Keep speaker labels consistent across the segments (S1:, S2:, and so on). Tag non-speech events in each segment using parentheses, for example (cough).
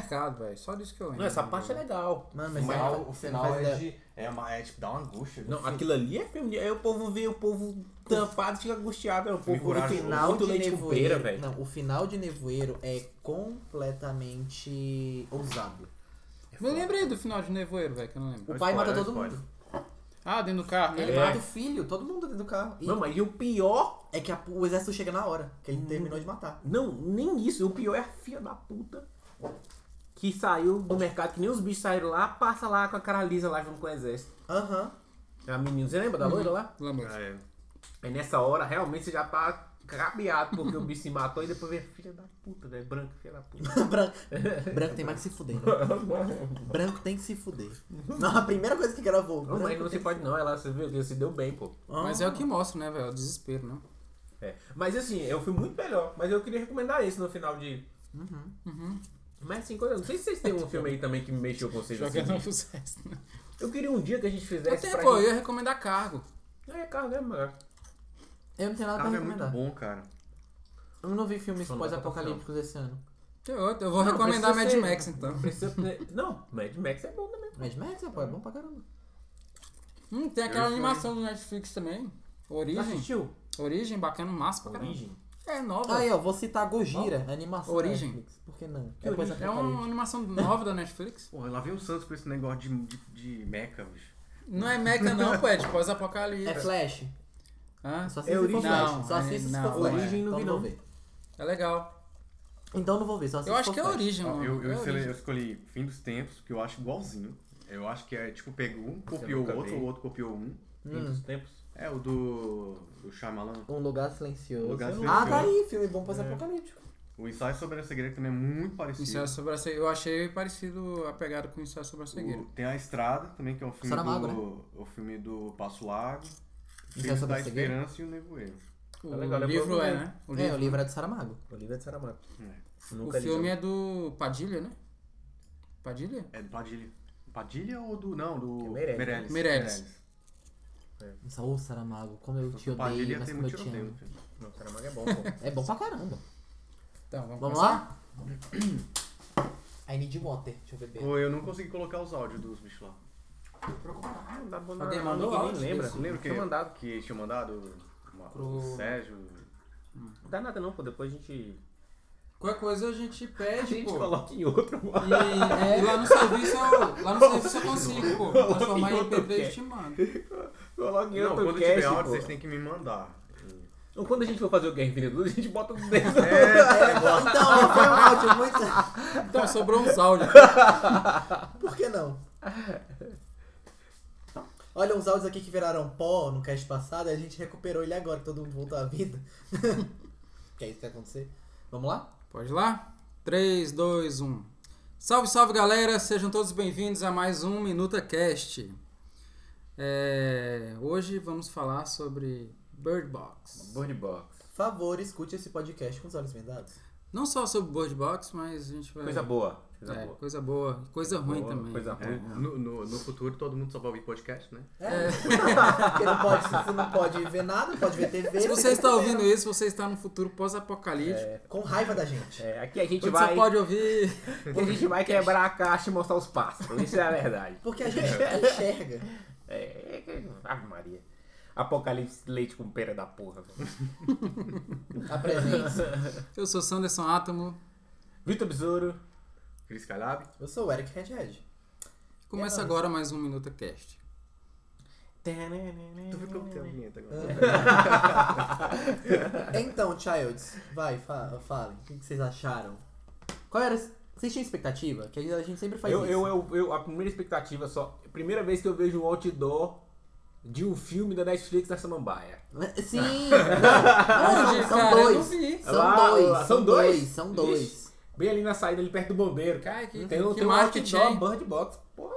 S1: mercado, velho. Só disso que eu lembro.
S2: Não, essa parte é legal.
S3: Mano, mas,
S2: Mas
S3: você não
S2: o
S3: fa- você
S2: final
S3: não faz
S2: é
S3: ideia.
S2: de. É uma. É tipo, dá uma angústia. viu?
S3: Não,
S2: Filme-
S3: aquilo ali é filme de... Aí o povo vê o povo tampado fica angustiado. É o povo
S2: corajoso.
S3: final muito leite com pera, velho.
S4: Não, o final de Nevoeiro é completamente ousado.
S1: Eu lembrei do final de Nevoeiro, velho, que eu não lembro.
S4: O
S3: é
S5: Não
S4: pai mata
S5: spoiler,
S4: todo
S5: não
S4: mundo.
S1: Ah, dentro do carro,
S4: Ele
S1: né?
S4: mata o filho, todo mundo dentro do carro. E
S3: Não, Hum. mas e o pior...
S4: é que a- o exército chega na hora, que ele terminou de matar.
S3: Não, nem isso. O pior é a filha da puta que saiu do mercado, que nem os bichos saíram lá, passa lá com a cara lisa lá junto com o exército. É
S4: Aham. (laughs)
S3: A menina, você
S2: Uhum.
S3: lembra da loira lá?
S1: Lembro.
S5: Ah, é.
S3: Aí nessa hora, realmente, você já tá cabeado, porque o bicho se matou e depois vem filha da puta, né? Branca, filha
S2: (laughs)
S3: da puta.
S4: Branco. Branco tem mais que se fuder. né? Branco tem que
S3: (laughs)
S4: se fuder. Não, a primeira coisa que gravou.
S3: Não, mas
S4: branco
S3: não se
S4: tem-
S3: pode não, ela você viu, se deu bem, pô.
S4: Ah.
S1: Mas é o que mostra, né, velho? O desespero, né?
S3: É. Mas assim, eu fui muito melhor, mas eu queria recomendar esse no final de...
S1: Uhum.
S3: Mas assim, coisa- não sei se vocês têm um filme aí também que mexeu com vocês. Assim.
S1: Jogando não sucesso, né?
S3: Eu queria um dia que a gente
S1: Eu
S3: fizesse
S1: tenho,
S3: pra...
S1: pô, eu ia recomendar cargo.
S3: É, cara, né, mano?
S4: Eu não tenho nada pra
S5: Carro é muito
S4: recomendar.
S5: bom, cara.
S4: Eu não vi filmes
S3: Só não é
S4: pós-apocalípticos esse ano.
S1: Tem outro. Eu vou
S3: Não,
S1: recomendar Mad
S3: precisa ser-
S1: Max, então.
S3: Precisa... Não, Mad Max é bom também.
S4: Mad Max, pô, é bom pra caramba.
S1: Hum, tem aquela
S5: Eu fui.
S1: animação do Netflix também.
S3: Já
S1: Origem.
S3: assistiu?
S1: Origem, bacana, massa pra caramba.
S3: Tá Origem.
S1: É nova.
S4: Ah, aí, ó, vou citar Gojira, animação
S1: Origem.
S4: da Netflix. Por que não?
S3: Que origem? um
S1: É uma
S4: pós-apocalíptico.
S1: animação nova da Netflix.
S5: Porra, lá vem o Santos com esse negócio de, de, de meca, bicho.
S1: Não é Mecha não, pô, é de
S4: É
S1: pós-apocalipse. Ah,
S4: Flash.
S1: Hã?
S4: Só assista se
S3: Origem.
S4: for Flash.
S1: Não,
S4: Só
S1: é-
S4: assista se
S1: não,
S4: for Flash.
S3: Origem não
S4: então
S3: vi,
S4: não
S3: não.
S4: vou ver.
S1: É legal.
S4: Então não vou ver, só assista
S1: Eu
S4: se
S1: acho
S4: for
S1: que é
S4: Flash.
S1: Origem,
S5: Ó,
S1: mano.
S5: eu, eu
S1: é
S5: escolhi, eu
S1: Origem.
S5: escolhi Fim dos Tempos, que eu acho igualzinho. Eu acho que é tipo, pegou um, copiou o
S3: nunca
S5: outro,
S3: vi.
S5: o outro copiou um.
S3: Fim
S4: Hum.
S3: dos tempos.
S5: É o do. do Shyamalan.
S4: Um lugar silencioso.
S5: Lugar
S4: Ah,
S5: Silencioso.
S4: tá aí, filme bom
S1: É.
S4: pós-apocalíptico.
S5: O ensaio sobre a cegueira também é muito parecido.
S1: Ensaio sobre a cegueira. Eu achei parecido a pegada com o ensaio sobre a cegueira.
S5: O- tem a Estrada também, que é um filme
S4: Saramago,
S5: do. O filme do Passo Lago. O
S4: Ensaio
S5: filme
S4: sobre
S5: da
S4: a cegueira?
S5: Esperança e o Nevoeiro.
S1: O
S3: Tá legal, lembrou
S1: livro é,
S3: bem.
S1: né? O,
S4: É, o
S1: livro.
S4: livro é de Saramago.
S3: O livro é de Saramago.
S1: o
S3: Nunca li,
S1: filme
S3: não.
S1: é do Padilha, né? Padilha?
S5: É do Padilha. Padilha ou do. Não, do.
S3: É Meirelles.
S5: Meirelles.
S1: Meirelles. é-
S4: Nossa, ô Saramago, como eu te
S5: O Padilha
S4: odeio, mas
S5: tem
S4: como
S5: muito
S4: eu te
S5: tiroteio.
S4: amo.
S5: no filme.
S3: Não, Saramago é bom, pô.
S4: É bom pra caramba.
S1: Então, vamos,
S4: Vamos
S1: começar?
S4: lá?
S1: é?
S4: I need water. Deixa eu beber.
S5: Ou eu não consegui colocar os áudios dos bichos lá.
S3: Não dá pra mandar.
S4: Alguém mandou
S3: ninguém
S4: áudio
S3: nem lembra.
S4: desse?
S5: Lembra que,
S3: Tinha mandado.
S5: que tinha mandado uma,
S4: Pro-
S5: o Sérgio?
S3: Não dá nada não, pô. Depois a gente.
S1: Qualquer coisa a gente pede,
S3: A gente
S1: pô.
S3: coloca em outro.
S1: E, é, e lá no serviço eu, lá no serviço eu consigo, pô. Transformar em
S3: outro
S1: MP3 e
S3: quer.
S1: te mando.
S3: Coloca em
S5: não,
S3: outro
S5: quando
S3: cast,
S5: tiver áudio,
S3: pô.
S5: vocês têm que me mandar.
S3: Ou Quando a gente for fazer o Guerra Infinita, a gente bota um os dedos.
S4: Então, foi um áudio muito...
S1: Então, sobrou uns áudios.
S4: Por que não? Olha, uns áudios aqui que viraram pó no cast passado, a gente recuperou ele agora, que todo mundo voltou à vida. (laughs) que é isso que vai acontecer. Vamos lá?
S1: Pode ir lá? 3, 2, 1. Salve, salve galera! Sejam todos bem-vindos a mais um Minuta Cast. É, hoje vamos falar sobre Bird Box.
S2: Bird Box.
S4: Por favor, escute esse podcast com os olhos vendados.
S1: Não só sobre Bird Box, mas a gente vai.
S3: Coisa boa. Coisa
S1: É,
S3: boa.
S1: coisa boa. e Coisa ruim
S3: Boa,
S1: também.
S3: Coisa
S5: É,
S3: ruim.
S5: no, no- no futuro todo mundo só vai ouvir podcast, né?
S4: É. (laughs) Porque não pode, você não pode ver nada, pode ver né? TV.
S1: Se você está
S4: fica
S1: ouvindo isso, você está num futuro pós-apocalíptico.
S4: É Com raiva da gente.
S3: É, aqui a gente
S1: onde
S3: É, vai.
S1: Você pode ouvir. (laughs)
S3: aqui a gente vai quebrar a caixa e mostrar os passos. Isso é a verdade.
S4: Porque a gente enxerga.
S3: É, é que- Ave Maria. Apocalipse leite com pera da porra. velho.
S4: A presença.
S1: Eu sou Sanderson Átomo.
S3: Vitor Besouro.
S5: Cris Calab.
S4: Eu sou o Eric Redhead.
S1: Começa agora mais um Minuta Cast.
S5: Tu viu como tem a vinheta agora?
S4: Então, Childs, vai, fa falem. O que que vocês acharam? Qual era. Vocês tinham expectativa? Que a gente sempre faz
S3: Eu,
S4: isso.
S3: eu, eu, eu- a primeira expectativa só. Primeira vez que eu vejo um outdoor de um filme da Netflix da Samambaia.
S1: (laughs)
S4: Sim! não, não,
S1: Onde,
S4: são
S1: cara? Eu não
S4: dois.
S1: vi.
S4: São
S3: Lá,
S4: dois.
S3: lá,
S4: são
S3: são
S4: dois.
S3: dois?
S4: São dois.
S3: Ixi. Bem ali na saída, ali perto do bombeiro. Cara,
S1: que-
S3: tem, um-
S1: que
S3: tem um
S1: marketing, hein?
S3: outdoor Bird Box. Porra.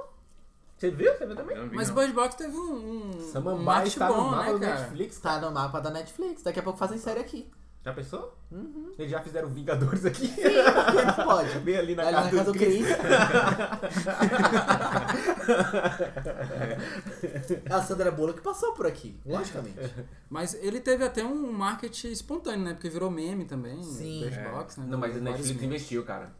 S3: Você viu? Você viu também?
S5: Eu não vi,
S1: Mas
S5: não.
S1: Bird Box teve um, um, um
S3: Samambaia
S1: marketing
S3: está no
S1: bom,
S3: mapa
S1: né,
S3: do
S1: cara?
S3: Netflix.
S4: Tá no mapa da Netflix. Daqui a pouco fazem
S3: (laughs)
S4: série aqui.
S3: Já pensou? Eles já fizeram Vingadores aqui. (laughs)
S4: Porque não pode.
S3: Bem ali na
S4: Ali
S3: casa, do Chris. (laughs)
S4: a Sandra Bullock passou por aqui, logicamente.
S1: Mas ele teve até um marketing espontâneo, né? Porque virou meme também.
S4: Sim.
S1: Bird
S5: É.
S1: Box, né?
S3: Não, mas a
S1: Vários
S3: Netflix
S1: memes.
S3: investiu, cara.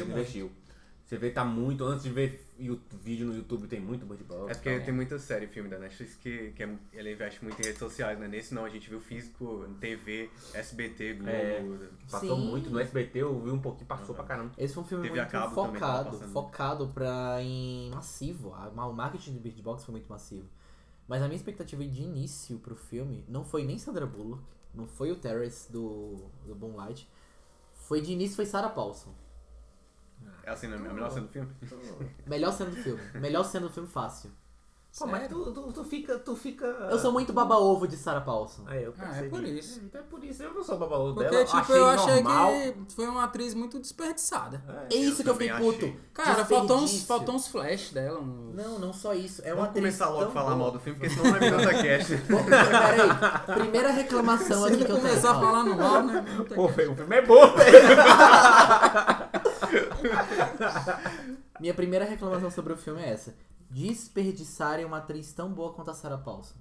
S3: Netflix
S4: muito.
S3: investiu. Você vê, tá muito. Antes de ver you- vídeo no YouTube, tem muito Bird Box.
S5: É porque
S3: e tal.
S5: tem muita série e filme da Netflix que, que é- ela investe muito em redes sociais, né? Nesse não, a gente viu físico, TV, SBT, Globo.
S3: É. Passou
S4: Sim.
S3: muito no SBT, eu vi um pouquinho, passou
S1: Uhum.
S3: pra caramba.
S4: Esse foi um filme
S5: Teve a
S4: muito
S5: cabo também, tava
S4: focado,
S5: passando.
S4: focado pra em massivo. A- O marketing do Bird Box foi muito massivo. Mas a minha expectativa de início pro filme não foi nem Sandra Bullock, não foi o Terrace do, do Moonlight. Foi de início, foi Sarah Paulson.
S5: É assim, né? A melhor cena do filme?
S4: Melhor cena do filme. Melhor cena do filme fácil.
S3: Pô, mas é tu, tu, tu fica. Tu fica.
S4: Eu sou muito baba-ovo de Sarah Paulson.
S3: Aí, eu
S1: Ah, é
S3: percebi.
S1: por isso.
S3: É, então é por isso. Eu não sou babalu
S1: Porque,
S3: dela. Eu
S1: tipo,
S3: achei
S1: eu achei
S3: normal.
S1: que foi uma atriz muito desperdiçada.
S4: É isso que eu
S5: também
S4: fiquei puto.
S5: achei.
S1: Cara, faltou uns,
S4: Desperdício.
S1: faltou uns flash dela. um-
S4: Não, não só isso. É uma
S5: Vamos
S4: atriz
S5: começar logo
S4: tão
S5: a falar
S4: boa.
S5: mal do filme, porque senão não é (laughs) minuta cast.
S4: Bom, (laughs) Peraí, primeira reclamação aqui
S1: Se
S4: que eu tenho.
S1: começar
S4: ó.
S1: falando mal, né?
S3: (laughs) Pô, velho, o filme é bom, velho.
S4: Minha primeira reclamação sobre o filme é essa. Desperdiçarem uma atriz tão boa quanto a Sarah Paulson.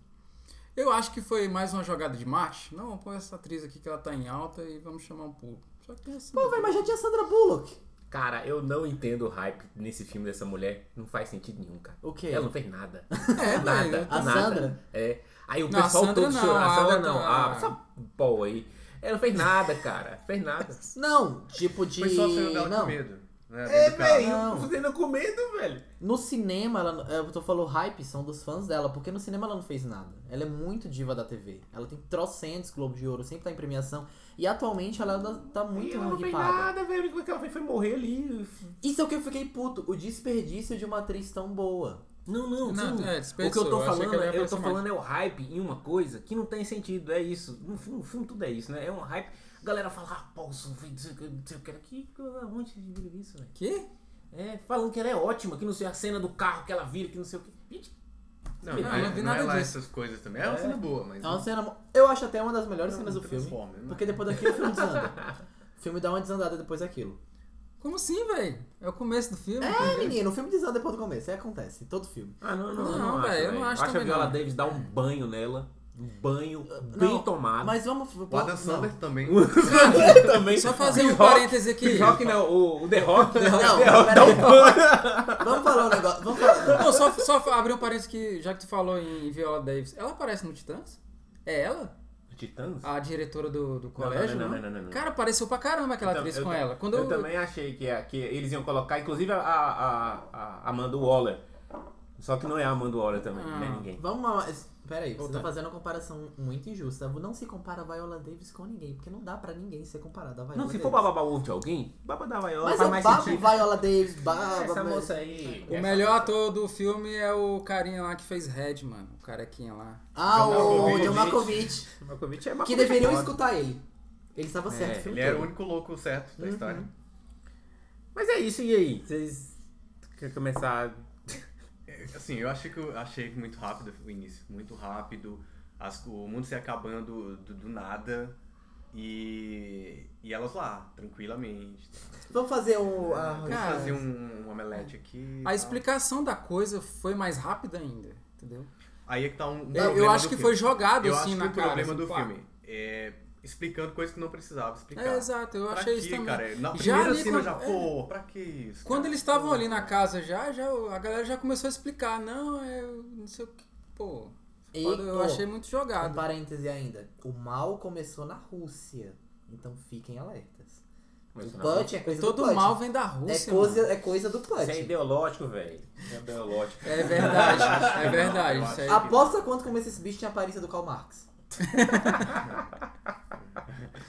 S1: Eu acho que foi mais uma jogada de marketing. Não, põe essa atriz aqui que ela tá em alta e vamos chamar um pouco. Só que tem essa-
S4: Pô, velho, mas já tinha Sandra Bullock.
S3: Cara, eu não entendo o hype nesse filme dessa mulher. Não faz sentido nenhum, cara.
S4: O quê?
S3: Ela não fez nada.
S1: É, velho,
S3: nada.
S1: eu
S4: A
S1: tô-
S3: nada.
S4: Sandra?
S3: É. Aí o
S1: Não, a
S3: pessoal
S1: Sandra
S3: todo
S1: não,
S3: chorando.
S1: a
S3: A Sandra
S1: Agatha-
S3: não. Ah, essa pó aí. Ela não fez nada, cara. Fez (laughs) nada.
S4: Não, tipo de.
S5: Foi só a cena dela
S4: não.
S5: com medo.
S1: É,
S5: Né?
S3: É,
S5: Dentro do carro.
S4: Não.
S3: não com medo, velho.
S4: No cinema, ela, é, eu tô falando hype, são dos fãs dela, porque no cinema ela não fez nada. Ela é muito diva da TV. Ela tem trocentos Globo de Ouro, sempre tá em premiação. E atualmente ela ainda tá muito
S3: ela não fez
S4: hypada.
S3: nada, velho. O que ela fez foi morrer ali.
S4: Isso é o que eu fiquei puto, o desperdício de uma atriz tão boa.
S3: Não, não,
S1: Não, é,
S3: sim. o que eu
S1: desperdiçou.
S3: tô
S1: Eu achei
S3: falando,
S1: que ela ia
S3: eu tô
S1: aparecer mais.
S3: falando é o hype em uma coisa que não tem sentido, é isso. No filme, no filme tudo é isso, né? É um hype. A galera fala, ah, pô, sou filho, não sei o que, não sei o que, que onde de vira isso, velho?
S1: Que?
S3: É, falando que ela é ótima, que não sei a cena do carro que ela vira, que não sei o que. Gente,
S5: Não,
S1: Eu
S5: não, é-
S1: não vi
S5: não
S1: nada
S5: é lá
S1: disso.
S5: essas coisas também. É uma cena boa, mas.
S4: É uma cena. mo- Eu acho até uma das melhores
S3: é
S4: cenas do filme.
S5: Transforma, né?
S4: Porque depois daquilo o
S3: (laughs)
S4: filme desanda. O filme dá uma desandada depois daquilo.
S1: Como assim, velho? É o começo do filme.
S4: É, menino, o filme desanda depois do começo. É, acontece. em Todo filme.
S3: Ah, não, não,
S1: Não,
S3: não, não
S1: velho,
S3: acho,
S1: eu não acho
S3: acho que a
S1: também
S3: Viola
S1: não.
S3: Davis dá um banho nela, um banho bem
S4: Não,
S3: tomado.
S4: Mas vamos.
S5: O Adam
S4: não.
S5: Sandler também.
S3: (laughs)
S1: Uhum.
S3: também.
S1: Só fazer
S3: Chris
S1: um
S3: (laughs) Rock-
S1: parêntese aqui.
S3: Chris Rock não, o, o The
S1: (laughs)
S3: Rock.
S4: Não,
S3: The Rock dá um
S4: peraí.
S3: banho.
S4: Vamos falar um negócio. Vamos falar.
S1: Não, só, só abrir um parênteses que, já que tu falou em Viola Davis, ela aparece no Titãs? É ela?
S3: Titãs?
S1: A diretora do, do colégio?
S3: não, não, não, não, não.
S1: Cara, apareceu pra caramba aquela
S3: Eu tam-
S1: atriz
S3: eu
S1: com
S3: tam-
S1: ela. Quando
S3: eu,
S1: eu,
S3: também achei que, é, que eles iam colocar, inclusive a, a, a- a Amanda Waller. Só que não é a Amanda Waller também,
S1: Ah.
S3: não é ninguém.
S4: Vamos. a- es- Peraí, você tá
S1: Voltando.
S4: fazendo uma comparação muito injusta. Não se compara a Viola Davis com ninguém, porque não dá pra ninguém ser comparada a Viola
S3: Não, se
S4: Davis.
S3: for bababa ovo de alguém, baba da Viola
S4: Mas
S3: faz
S4: eu
S3: mais
S4: babo
S3: sentido.
S4: Viola Davis,
S3: Ah,
S4: baba.
S3: Essa
S4: mas-
S3: moça aí.
S1: O melhor ator do filme é o carinha lá que fez Red, mano. O carequinha lá.
S4: Ah, o
S5: Djokovic.
S4: John Malkovich.
S3: Malkovich é
S4: Que
S3: Malkovich
S4: deveriam
S3: foda.
S4: escutar ele. Ele estava certo. o filme
S5: Ele era o
S4: todo.
S5: único louco certo
S1: Uhum.
S5: da história.
S3: Mas é isso, e aí? Vocês querem começar?
S5: Assim, eu achei que eu achei muito rápido o início, muito rápido, as- o mundo se acabando do, do nada e, e elas lá, tranquilamente.
S4: Vamos fazer ah, o. a-
S5: Vamos
S1: Cara,
S5: fazer um, um omelete aqui.
S1: A
S5: tá?
S1: explicação da coisa foi mais rápida ainda, entendeu?
S5: Aí é que tá um, um
S1: Eu, eu
S5: problema
S1: acho
S5: do
S1: que
S5: filme.
S1: foi jogado
S5: Eu
S1: assim
S5: acho que
S1: na
S5: o
S1: cara.
S5: problema
S1: assim,
S5: do
S1: pá.
S5: filme é explicando coisas que não precisava explicar.
S1: É, exato, eu
S5: Pra
S1: achei
S5: quê,
S1: isso também.
S5: cara? Na
S1: Já
S5: primeira
S1: ali
S5: cena
S1: quando-
S5: já,
S1: é.
S5: pô, pra que isso?
S1: Quando
S5: cara?
S1: eles estavam
S5: Pô,
S1: ali na
S5: cara.
S1: casa já, já a galera já começou a explicar. Não, é. Não sei o que. Pô.
S4: E,
S1: foda, eu
S4: pô,
S1: achei muito
S4: Um
S1: jogado.
S4: parêntese ainda. O mal começou na Rússia. Então fiquem alertas.
S3: Começou
S4: o
S3: na
S4: Putin é coisa do
S1: Todo
S4: Putin.
S1: mal vem da
S4: é
S1: Rússia.
S4: coisa,
S1: mano.
S4: é coisa do
S3: Isso é
S4: Putin.
S3: ideológico, velho. É ideológico.
S1: É
S5: (laughs)
S1: verdade, é verdade.
S5: Eu
S1: isso aí.
S5: acho.
S4: Aposta quanto começa esse bicho tinha a aparência do Karl Marx.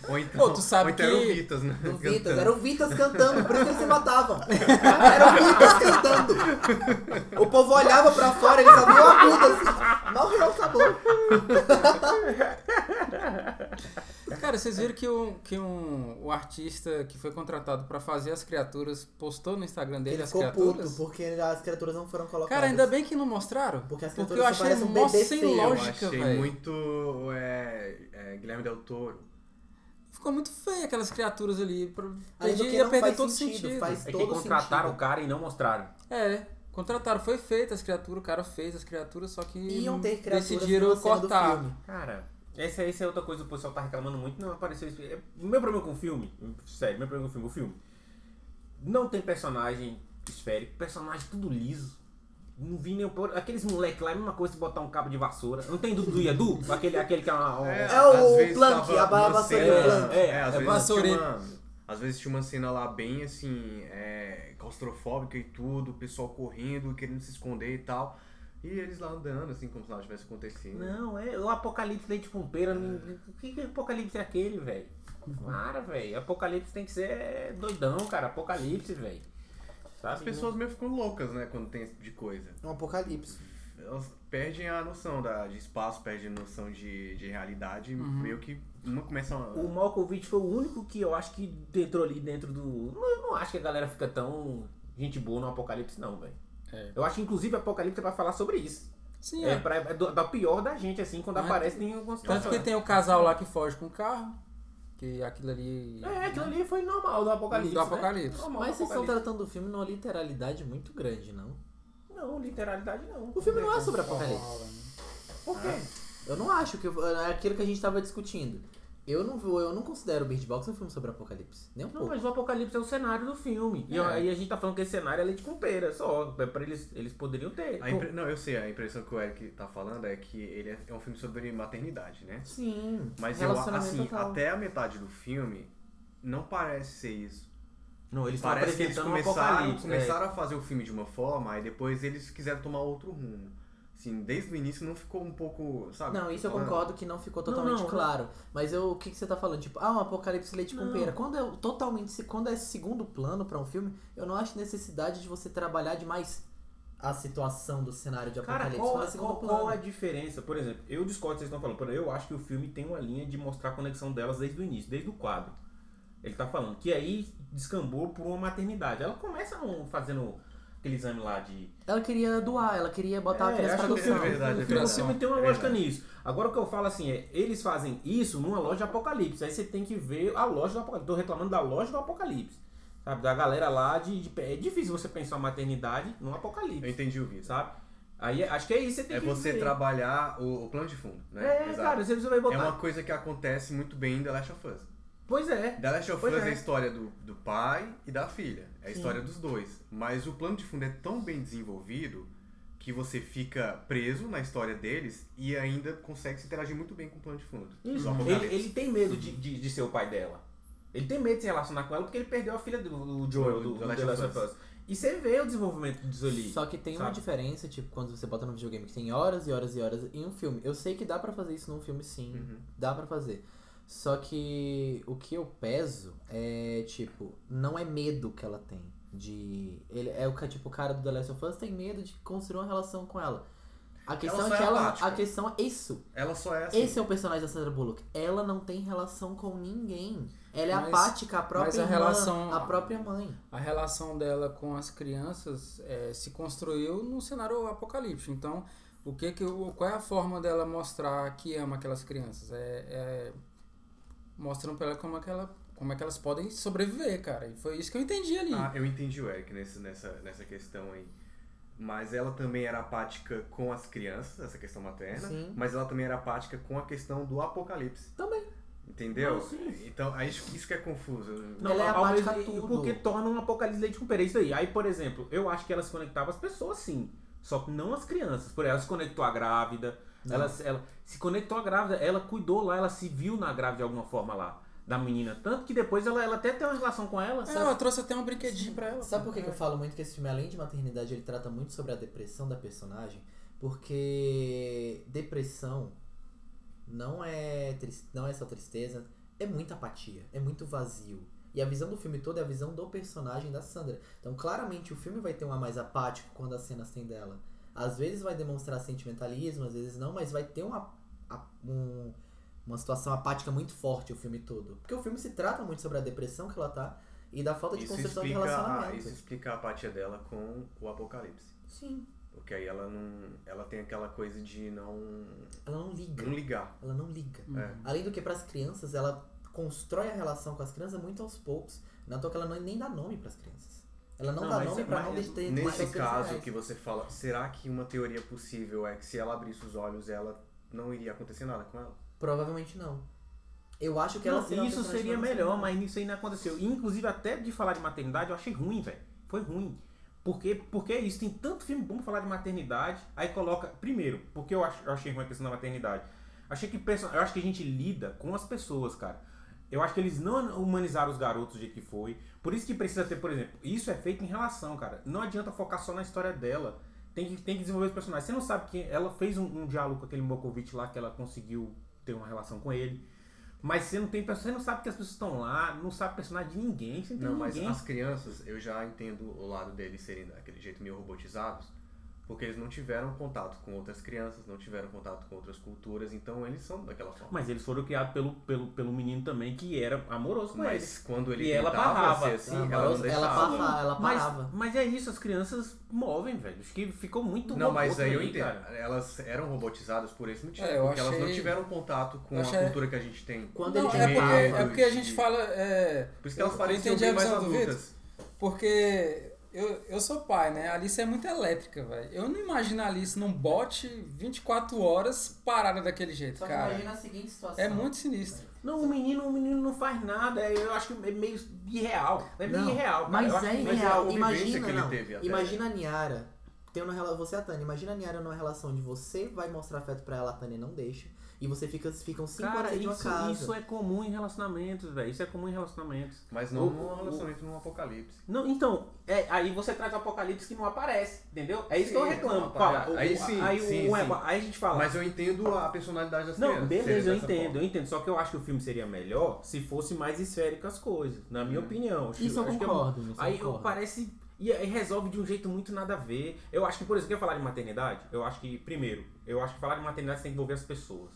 S5: Ou então,
S1: Pô, tu sabe
S5: ou então era o
S1: que- (laughs)
S5: Vitas, né?
S4: Do Vitas.
S5: Cantando.
S4: Era o Vitas cantando, por isso que eles se matavam. Era o Vitas cantando. O povo olhava pra fora, eles só viam a Buda assim. Mal real sabor.
S1: Cara, vocês viram que, um, que um, o artista que foi contratado pra fazer as criaturas postou no Instagram dele
S4: Ele
S1: as
S4: ficou
S1: criaturas?
S4: puto porque as criaturas não foram colocadas.
S1: Cara, ainda bem que não mostraram.
S4: Porque as
S1: porque eu
S4: criaturas só
S1: achei
S4: parecem um
S1: mó
S4: bebê
S1: sem
S4: feio. Eu
S5: Eu
S1: lógica,
S5: achei
S1: velho.
S5: muito é, é, Guilherme Del Toro.
S1: Ficou muito feio aquelas criaturas ali. pra-
S4: Ainda
S1: Perdi,
S4: que
S1: ia
S4: não
S1: perder
S4: faz
S1: todo
S4: sentido,
S1: sentido.
S4: faz-
S3: É que
S4: Todo
S3: contrataram
S4: sentido.
S3: o cara e não mostraram.
S1: É, contrataram, foi feita as criaturas, o cara fez as criaturas, só que
S4: Iam
S1: não-
S4: ter criaturas
S1: decidiram
S4: numa cena do
S1: cortar.
S4: filme.
S3: Cara, essa, essa é outra coisa que o pessoal tá reclamando muito, não apareceu isso. É, o meu problema com o filme, sério, meu problema com o filme, o filme. Não tem personagem esférico, personagem tudo liso. Não vi nem o por... Aqueles moleque lá, é a mesma coisa de botar um cabo de vassoura. Não tem do do Edu? Aquele, aquele que é uma. uma-
S5: às
S3: É,
S6: É o
S5: vezes
S6: Plank,
S5: tava
S6: a barra
S5: uma
S6: vassoura
S5: cena-
S3: do Plank.
S5: É,
S3: É,
S5: às
S1: é
S5: vezes tinha
S1: vassoureta.
S5: uma, às vezes tinha uma cena lá bem assim, é, claustrofóbica e tudo, o pessoal correndo, querendo se esconder e tal. E eles lá andando, assim, como se nada tivesse acontecido.
S3: Não, é o Apocalipse Leite com pera. não- O que, que Apocalipse é aquele, velho? Para, velho. Apocalipse tem que ser doidão, cara. Apocalipse, velho. Sabe?
S5: As pessoas meio ficam loucas, né, quando tem esse tipo de coisa.
S6: Um apocalipse.
S5: Elas perdem a noção da, de espaço, perdem a noção de, de realidade,
S3: Uhum.
S5: meio que uma começa a...
S3: O Malkovich foi o único que eu acho que entrou ali dentro do. Não, eu não acho que a galera fica tão gente boa no Apocalipse, não, velho.
S1: É.
S3: Eu acho que inclusive Apocalipse é pra falar sobre isso.
S1: Sim,
S3: É,
S1: é.
S3: pra, é do- da pior da gente, assim, quando
S1: Mas-
S3: aparece tem algumas
S4: Então
S1: Tanto que
S4: é.
S3: situações.
S1: tem o casal lá que foge com o carro, que aquilo ali.
S3: É, aquilo ali foi normal do Apocalipse.
S1: Do
S3: né?
S1: Apocalipse.
S3: Normal do
S4: Mas vocês estão
S3: Apocalipse.
S4: tratando do filme numa literalidade muito grande, não?
S3: Não, literalidade não.
S4: O filme não é sobre
S1: Uma
S4: apocalipse.
S1: aula, né?
S3: Por quê?
S4: Eu não acho que. É aquilo que a gente tava discutindo. Eu não, vou- eu não considero o Bird Box um filme sobre apocalipse. Nem um
S3: Não,
S4: pouco.
S3: mas o Apocalipse é o cenário do filme. E
S1: É.
S3: aí a gente tá falando que esse cenário é leite com pera, só. É pra eles, eles poderiam ter.
S5: A impre- Não, eu sei, a impressão que o Eric tá falando é que ele é- é um filme sobre maternidade, né?
S4: Sim.
S5: Mas eu,
S4: relacionamento
S5: assim,
S4: total.
S5: até a metade do filme, não parece ser isso.
S3: Não, eles estão
S5: parece que eles
S3: apresentando um
S5: começaram,
S3: Apocalipse. né?
S5: começaram a fazer o filme de uma forma, e depois eles quiseram tomar outro rumo. Assim, desde o início não ficou um pouco, sabe? Ah,
S4: Não, isso eu
S5: falando?
S4: concordo que não ficou
S3: Não,
S4: totalmente
S3: não, não.
S4: claro. Mas eu, o que, que você tá falando? Tipo, ah, um apocalipse leite com
S3: Não.
S4: pera. Quando é o- totalmente, se- quando é segundo plano pra um filme, eu não acho necessidade de você trabalhar demais a situação do cenário de
S3: Cara,
S4: apocalipse.
S3: qual,
S4: Quando é segundo
S3: qual-
S4: plano.
S3: qual a diferença? Por exemplo, eu discordo do que vocês estão falando, porém eu acho que o filme tem uma linha de mostrar a conexão delas desde o início, desde o quadro. Ele tá falando que aí descambou por uma maternidade. Ela começa num- fazendo aquele exame lá de.
S4: Ela queria doar, ela queria botar a
S3: É,
S4: criança
S3: acho
S4: pra
S3: que o
S4: adoção.
S3: filme-
S5: É verdade,
S3: o
S5: é
S3: filme- o
S5: verdade.
S3: filme tem uma
S5: É
S3: lógica
S5: verdade.
S3: nisso. Agora o que eu falo assim é, eles fazem isso numa loja de apocalipse. Aí você tem que ver a loja do apocalipse. Tô reclamando da loja do apocalipse. Sabe? Da galera lá de. de- é difícil você pensar a maternidade num
S5: Eu
S3: apocalipse.
S5: entendi o vídeo.
S3: Sabe? Aí acho que é isso. que Você tem
S5: É
S3: que
S5: você
S3: ver.
S5: trabalhar o, o plano de fundo, né?
S3: É,
S5: Exato.
S3: cara, você vai botar.
S5: É uma coisa que acontece muito bem em The Last of Us.
S3: Pois é.
S5: The Last of Us
S3: Pois
S5: é.
S3: é.
S5: a história do, do pai e da filha. É a história dos dois. Mas o plano de fundo é tão bem desenvolvido que você fica preso na história deles e ainda consegue se interagir muito bem com o plano de fundo.
S3: Isso.
S5: Do
S3: Uhum. Ele,
S5: Apocalipse.
S3: ele tem medo de, de, de ser o pai dela. Ele tem medo de se relacionar com ela porque ele perdeu a filha do, do Joel, do, do, The Last of Us. E você vê o desenvolvimento disso ali.
S4: Só que tem uma
S3: sabe?
S4: diferença, tipo, quando você bota no videogame que tem horas e horas e horas em um filme. Eu sei que dá pra fazer isso num filme sim,
S5: Hum. Uhum.
S4: dá pra fazer. Só que o que eu peso é, tipo, não é medo que ela tem de ele é o que tipo o cara do The Last of Us tem medo de construir uma relação com ela. A questão
S5: só
S4: é que
S5: é
S4: ela,
S5: apática.
S4: a questão é isso.
S5: Ela só é assim.
S4: Esse é o personagem da Sandra Bullock. Ela não tem relação com ninguém. Ela é
S1: Mas-
S4: apática, a própria
S1: mas a
S4: irmã,
S1: relação-
S4: a própria mãe.
S1: A relação dela com as crianças eh, se construiu num cenário apocalíptico. Então, o que que o- qual é a forma dela mostrar que ama aquelas crianças? É, é mostrando para ela como é que ela como é que elas podem sobreviver, cara. E foi isso que eu entendi ali.
S5: Ah, eu entendi o Eric nesse- nessa, nessa questão aí. Mas ela também era apática com as crianças, essa questão materna.
S4: Sim.
S5: Mas ela também era apática com a questão do apocalipse.
S4: Também.
S5: Entendeu?
S3: Não, sim.
S5: Então, aí isso isso que é confuso.
S4: Ela é
S3: ao- ao
S4: apática a
S3: mesmo-
S4: tudo.
S3: Porque torna um apocalipse leite com pera. Isso aí. Aí, por exemplo, eu acho que ela se conectava às pessoas sim. Só que não às crianças. Por ela se conectou à grávida. Ela, ela se conectou à grávida. Ela cuidou lá. Ela se viu na grávida de alguma forma lá. Da menina. Tanto que depois ela, ela até tem uma relação com ela.
S1: É, ela trouxe até um brinquedinho pra ela.
S4: Sabe por que, que eu falo muito que esse filme, além de maternidade, ele trata muito sobre a depressão da personagem? Porque depressão não é, tris- não é só tristeza, é muita apatia, é muito vazio. E a visão do filme todo é a visão do personagem da Sandra. Então, claramente, o filme vai ter um ar mais apático quando as cenas têm dela. Às vezes vai demonstrar sentimentalismo, às vezes não, mas vai ter uma, a- um- uma situação apática muito forte o filme todo. Porque o filme se trata muito sobre a depressão que ela tá e da falta de
S5: Isso
S4: construção de
S5: explica, a,
S4: relacionamento.
S5: isso explica a apatia dela com o apocalipse.
S4: Sim.
S5: Porque aí ela não. Ela tem aquela coisa de não.
S4: Ela não liga.
S5: não ligar.
S4: Ela não liga.
S5: É.
S4: Além do que, pras crianças, ela constrói a relação com as crianças muito aos poucos. Na toa que ela não- é nem dá nome pras crianças. Ela não,
S3: Não,
S4: dá
S3: mas-
S4: nome pra
S3: mas
S4: não deixar ter
S5: é Nesse
S4: pessoas
S5: caso
S4: personagens.
S5: que você fala, será que uma teoria possível é que se ela abrisse os olhos, ela não iria acontecer nada com ela?
S4: Provavelmente não. Eu acho que
S3: Não,
S4: ela será uma
S3: isso
S4: personagem
S3: seria
S4: não
S3: melhor,
S4: nacional.
S3: mas isso aí não aconteceu. E, Inclusive, até de falar de maternidade, eu achei ruim, velho. Foi ruim. Porque, porque é isso, tem tanto filme bom pra falar de maternidade, aí coloca. Primeiro, porque eu, acho, eu achei ruim a questão da maternidade. Achei que perso- eu acho que a gente lida com as pessoas, cara. Eu acho que eles não humanizaram os garotos do jeito que foi. Por isso que precisa ter, por exemplo, isso é feito em relação, cara. Não adianta focar só na história dela. Tem que, tem que desenvolver os personagens. Você não sabe que ela fez um, um diálogo com aquele Mokovic lá que ela conseguiu ter uma relação com ele. Mas você não tem você não sabe que as pessoas estão lá, não sabe o personagem de ninguém, você não tem
S5: Não, mas
S3: ninguém.
S5: as crianças, eu já entendo o lado deles serem daquele jeito meio robotizados, porque eles não tiveram contato com outras crianças, não tiveram contato com outras culturas, então eles são daquela forma.
S3: Mas eles foram criados pelo, pelo, pelo menino também, que era amoroso com eles.
S5: Mas quando ele
S3: E ela
S5: tentava
S3: barrava.
S5: ser assim,
S4: Ela
S5: ela não
S4: barrava,
S5: deixava.
S4: ela barrava. Ah, ela parava.
S3: Mas, mas é isso, as crianças movem, velho. Acho que ficou muito
S5: Não,
S3: robô
S5: mas aí eu
S3: também,
S5: entendo.
S3: cara.
S5: Elas eram robotizadas por esse motivo,
S1: É, eu
S5: porque elas não
S1: achei-
S5: tiveram contato com
S1: eu achei-
S5: a cultura que a gente tem.
S4: Quando
S1: Não,
S4: ele
S1: é porque,
S4: tentava.
S1: é porque a gente
S5: de-
S1: fala. é,
S5: Por isso que elas
S1: eu
S5: pareciam
S1: entendi a
S5: bem mais
S1: visão do Vitor.
S5: adultas.
S1: Porque eu, eu sou pai, né? A Alice é muito elétrica, velho. Eu não imagino a Alice num bote 24 horas parada daquele jeito,
S4: Só que
S1: cara.
S4: imagina a seguinte situação.
S1: É muito sinistro.
S3: Não, o menino, o menino não faz nada. é- Eu acho que é meio irreal. É meio
S4: Não,
S3: irreal, cara. Eu
S4: Mas
S3: acho
S4: é
S3: que-
S5: mas é a
S4: irreal.
S5: convivência
S4: imagina,
S5: que ele
S4: não.
S5: teve até.
S4: imagina a Niara. Tendo uma rela- você e a Tânia, imagina a Niara numa relação de você vai mostrar afeto pra ela, a Tânia não deixa. E você fica, ficam cinco
S3: Cara,
S4: horas dentro de uma
S3: isso,
S4: casa.
S3: isso é comum em relacionamentos, velho. Isso é comum em relacionamentos.
S5: Mas não
S3: O-
S5: num
S3: o-
S5: relacionamento num apocalipse.
S3: Não, então, é, aí você traz o apocalipse que não aparece, entendeu? É isso que eu
S5: Sim,
S3: reclamo.
S5: não
S3: Fala,
S5: aparece.
S3: o-
S5: Aí
S3: o-
S5: sim,
S3: aí, o-
S5: sim,
S3: o-
S5: sim.
S3: aí a gente fala.
S5: Mas eu entendo a personalidade das
S3: Ah. Não,
S5: crianças.
S3: beleza,
S5: serem
S3: eu
S5: dessa
S3: entendo,
S5: forma.
S3: eu entendo. Só que eu acho que o filme seria melhor se fosse mais esférico as coisas, na
S5: Hum.
S3: minha opinião. Acho-
S4: Isso eu
S3: acho que é-
S4: concordo. isso eu
S3: Aí eu-
S4: concordo.
S3: parece. E aí resolve de um jeito muito nada a ver. Eu acho que, por exemplo, quer falar de maternidade? Eu acho que, primeiro, eu acho que falar de maternidade você tem que envolver as pessoas.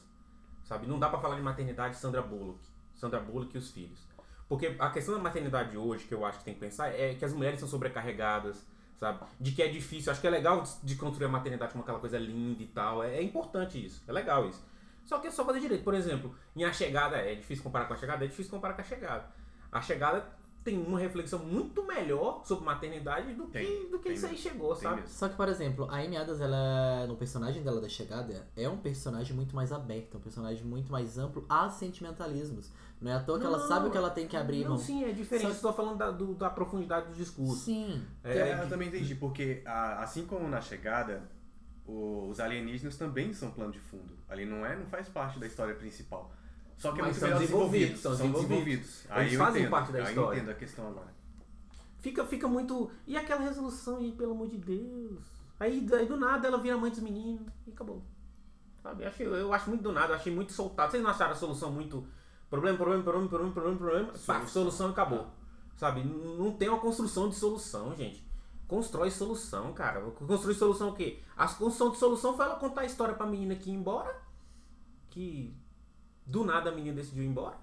S3: Sabe? Não dá pra falar de maternidade Sandra Bullock. Sandra Bullock e os filhos. Porque a questão da maternidade hoje, que eu acho que tem que pensar, é que as mulheres são sobrecarregadas, sabe? De que é difícil. Acho que é legal de- de construir a maternidade como aquela coisa linda e tal. É, é importante isso. É legal isso. Só que é só fazer direito. Por exemplo, em A Chegada, é difícil comparar com A Chegada? É difícil comparar com A Chegada. A Chegada tem uma reflexão muito melhor sobre maternidade do que,
S5: Tem,
S3: do que
S5: tem
S3: isso aí
S5: mesmo,
S3: chegou,
S5: Tem
S3: sabe?
S5: mesmo.
S4: Só que, por exemplo, a Amy Adams, ela, no personagem dela da chegada, é um personagem muito mais aberto, é um personagem muito mais amplo a sentimentalismos. Não é à toa que ela
S3: Não,
S4: sabe o que ela tem que abrir,
S3: Não,
S4: mão.
S3: sim, é diferente.
S4: Só-
S3: Estou falando da, do- da profundidade do discurso.
S4: Sim.
S5: É,
S3: É,
S5: eu também entendi, porque a- assim como na chegada, o- os alienígenas também são plano de fundo. Ali não é, não faz parte da história principal. Só que é
S3: Mas
S5: muito
S3: são
S5: melhor
S3: desenvolvidos,
S5: desenvolvidos.
S3: são
S5: desenvolvidos.
S3: Eles fazem parte da
S5: aí
S3: história.
S5: eu entendo a questão lá.
S3: Fica, fica muito. E aquela resolução aí, pelo amor de Deus. Aí, do- aí do nada ela vira mãe dos meninos e acabou. Sabe? Eu acho, eu acho muito do nada, eu achei muito soltado. Vocês não acharam a solução muito. Problema, problema, problema, problema, problema, problema. Pá,
S5: Solução.
S3: solução e acabou. Sabe? N- Não tem uma construção de solução, gente. Constrói solução, cara. Construir solução o quê? A construção de solução foi ela contar a história pra menina que ia embora. Que do nada a menina decidiu ir embora.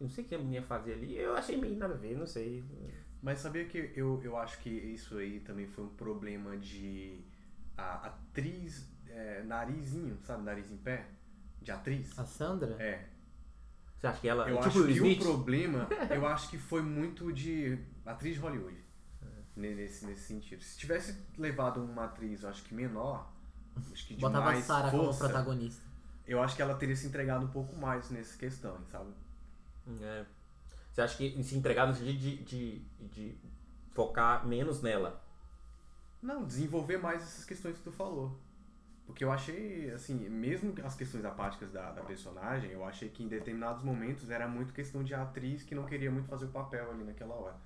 S3: Eu não sei o que a menina ia fazer ali. Eu achei meio nada a ver, não sei.
S5: Mas sabia que eu, eu acho que isso aí também foi um problema de a atriz é, narizinho, sabe? Nariz em pé? De atriz.
S4: A Sandra?
S5: É.
S3: Você acha que ela.
S5: Eu
S3: tipo
S5: acho
S3: o
S5: que
S3: Smith?
S4: (laughs)
S5: o problema, eu acho que foi muito de atriz de Hollywood.
S4: É.
S5: ne- Nesse, nesse sentido. Se tivesse levado uma atriz, eu acho que menor, acho que de
S4: Botava a
S5: mais
S4: Sarah como
S5: força,
S4: protagonista.
S5: eu acho que ela teria se entregado um pouco mais nessa questão, sabe?
S3: É. Você acha que se entregar no sentido de, de, de focar menos nela?
S5: Não, desenvolver mais essas questões que tu falou. Porque eu achei, assim, mesmo as questões apáticas da, da personagem, eu achei que em determinados momentos era muito questão de atriz que não queria muito fazer o papel ali naquela hora.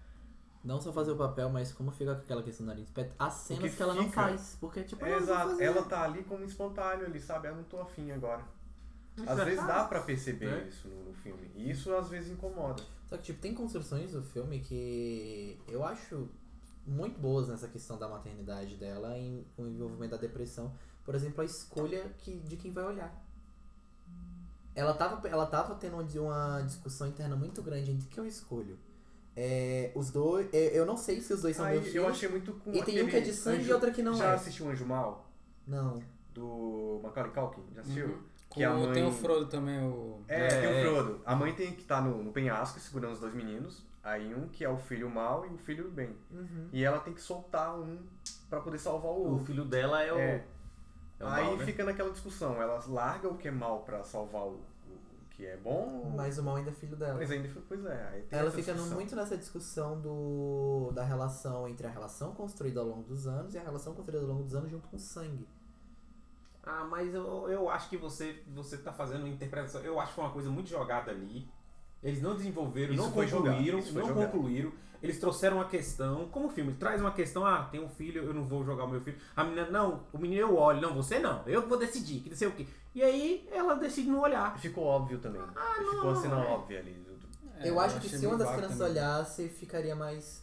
S4: Não só fazer o papel, mas como fica com aquela questão do nariz perto. As cenas
S5: Porque
S4: que ela não
S5: fica-
S4: faz. Porque, tipo,
S5: É,
S4: ela não vai
S5: exato.
S4: fazer.
S5: Ela tá ali como espontâneo ali, sabe? Eu não tô afim agora.
S4: é
S5: Às vezes dá pra perceber
S3: né?
S5: isso no, no filme. E isso às vezes incomoda.
S4: Só que, tipo, tem construções do filme que eu acho muito boas nessa questão da maternidade dela em com o envolvimento da depressão. Por exemplo, a escolha que, de quem vai olhar. Ela tava, ela tava tendo uma- uma discussão interna muito grande entre que eu escolho. É, os dois. é, eu não sei se os dois são
S5: Aí,
S4: meus
S5: eu
S4: filhos.
S5: achei muito com
S4: E tem um que é de sangue e outra que não
S5: Já
S4: é.
S5: assistiu Anjo Mal?
S4: Não.
S5: Do Macaulay Culkin? Já assistiu?
S1: Uhum.
S5: Que a
S1: Com-
S5: mãe-
S1: Tem o Frodo também, o.
S5: É,
S3: É,
S5: tem
S3: é.
S5: o Frodo. A mãe tem que estar no, no penhasco segurando os dois meninos. Aí um que é o filho mal e o filho bem.
S4: Uhum.
S5: E ela tem que soltar um pra poder salvar o
S3: O
S5: outro.
S3: filho dela é o.
S5: É.
S3: é o
S5: Aí
S3: mal, né?
S4: um
S5: fica naquela discussão. Ela larga o que é mal pra salvar o, o- o que é bom, mas,
S4: Mas o mal ainda é filho dela.
S5: ainda fica- pois é, aí tem
S4: Ela
S5: essa
S4: fica no-
S5: discussão.
S4: muito nessa discussão do, da relação entre a relação construída ao longo dos anos e a relação construída ao longo dos anos junto com o sangue.
S3: Ah, mas eu, eu acho que você, você tá fazendo uma interpretação. Eu acho que foi uma coisa muito jogada ali. Eles não desenvolveram,
S5: Isso
S3: não
S5: foi jogado,
S3: concluíram,
S5: isso foi
S3: não
S5: jogado.
S3: concluíram. Eles trouxeram uma questão, como o filme traz uma questão, ah, tem um filho, eu não vou jogar o meu filho. A menina, não, o menino eu olho, não, você não, eu que vou decidir, que não sei o quê. E aí ela decide não olhar.
S5: Ficou óbvio também.
S4: Ah,
S5: ficou a cena óbvia ali. do- do-
S1: É,
S4: eu acho que
S1: achei
S4: se uma
S1: bem
S4: das
S1: bacana.
S4: crianças olhasse, ficaria mais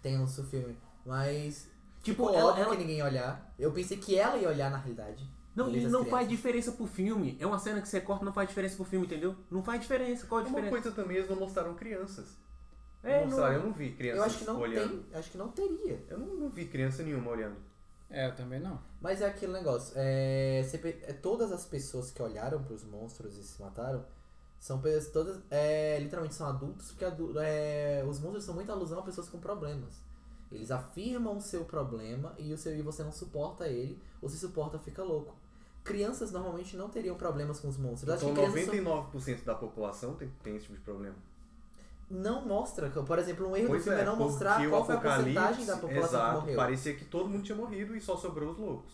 S4: tenso o filme. Mas,
S3: Tipo,
S4: pô,
S3: ela,
S4: óbvio
S3: ela-
S4: que ninguém ia olhar. Eu pensei que ela ia olhar na realidade.
S3: Não,
S4: Beleza,
S3: e
S4: as
S3: não
S4: crianças.
S3: faz diferença pro filme. É uma cena que você corta, não faz diferença pro filme, entendeu? Não faz diferença. Qual a
S5: É Uma
S3: diferença?
S5: coisa também, eles não mostraram crianças. Não
S3: É, não-
S5: mostraram, eu não vi crianças
S4: Eu acho que não
S5: olhando.
S4: tem, acho que não teria.
S5: Eu não, não vi criança nenhuma olhando.
S1: É, eu também não.
S4: Mas é aquele negócio, é, você pe- é, todas as pessoas que olharam pros monstros e se mataram são pessoas todas, é, literalmente são adultos, porque adu- é, os monstros são muita alusão a pessoas com problemas. Eles afirmam o seu problema e, o seu, e você não suporta ele, ou se suporta fica louco. Crianças normalmente não teriam problemas com os monstros. Acho
S5: Então
S4: que crianças são-
S5: 99% da população tem, tem esse tipo de problema.
S4: não mostra, por exemplo, um erro do
S5: Pois
S4: filme é,
S5: é,
S4: não
S5: porque
S4: mostrar
S5: o
S4: qual foi a
S5: Apocalipse,
S4: porcentagem da população
S5: exato,
S4: que morreu.
S5: Parecia que todo mundo tinha morrido e só sobrou os loucos.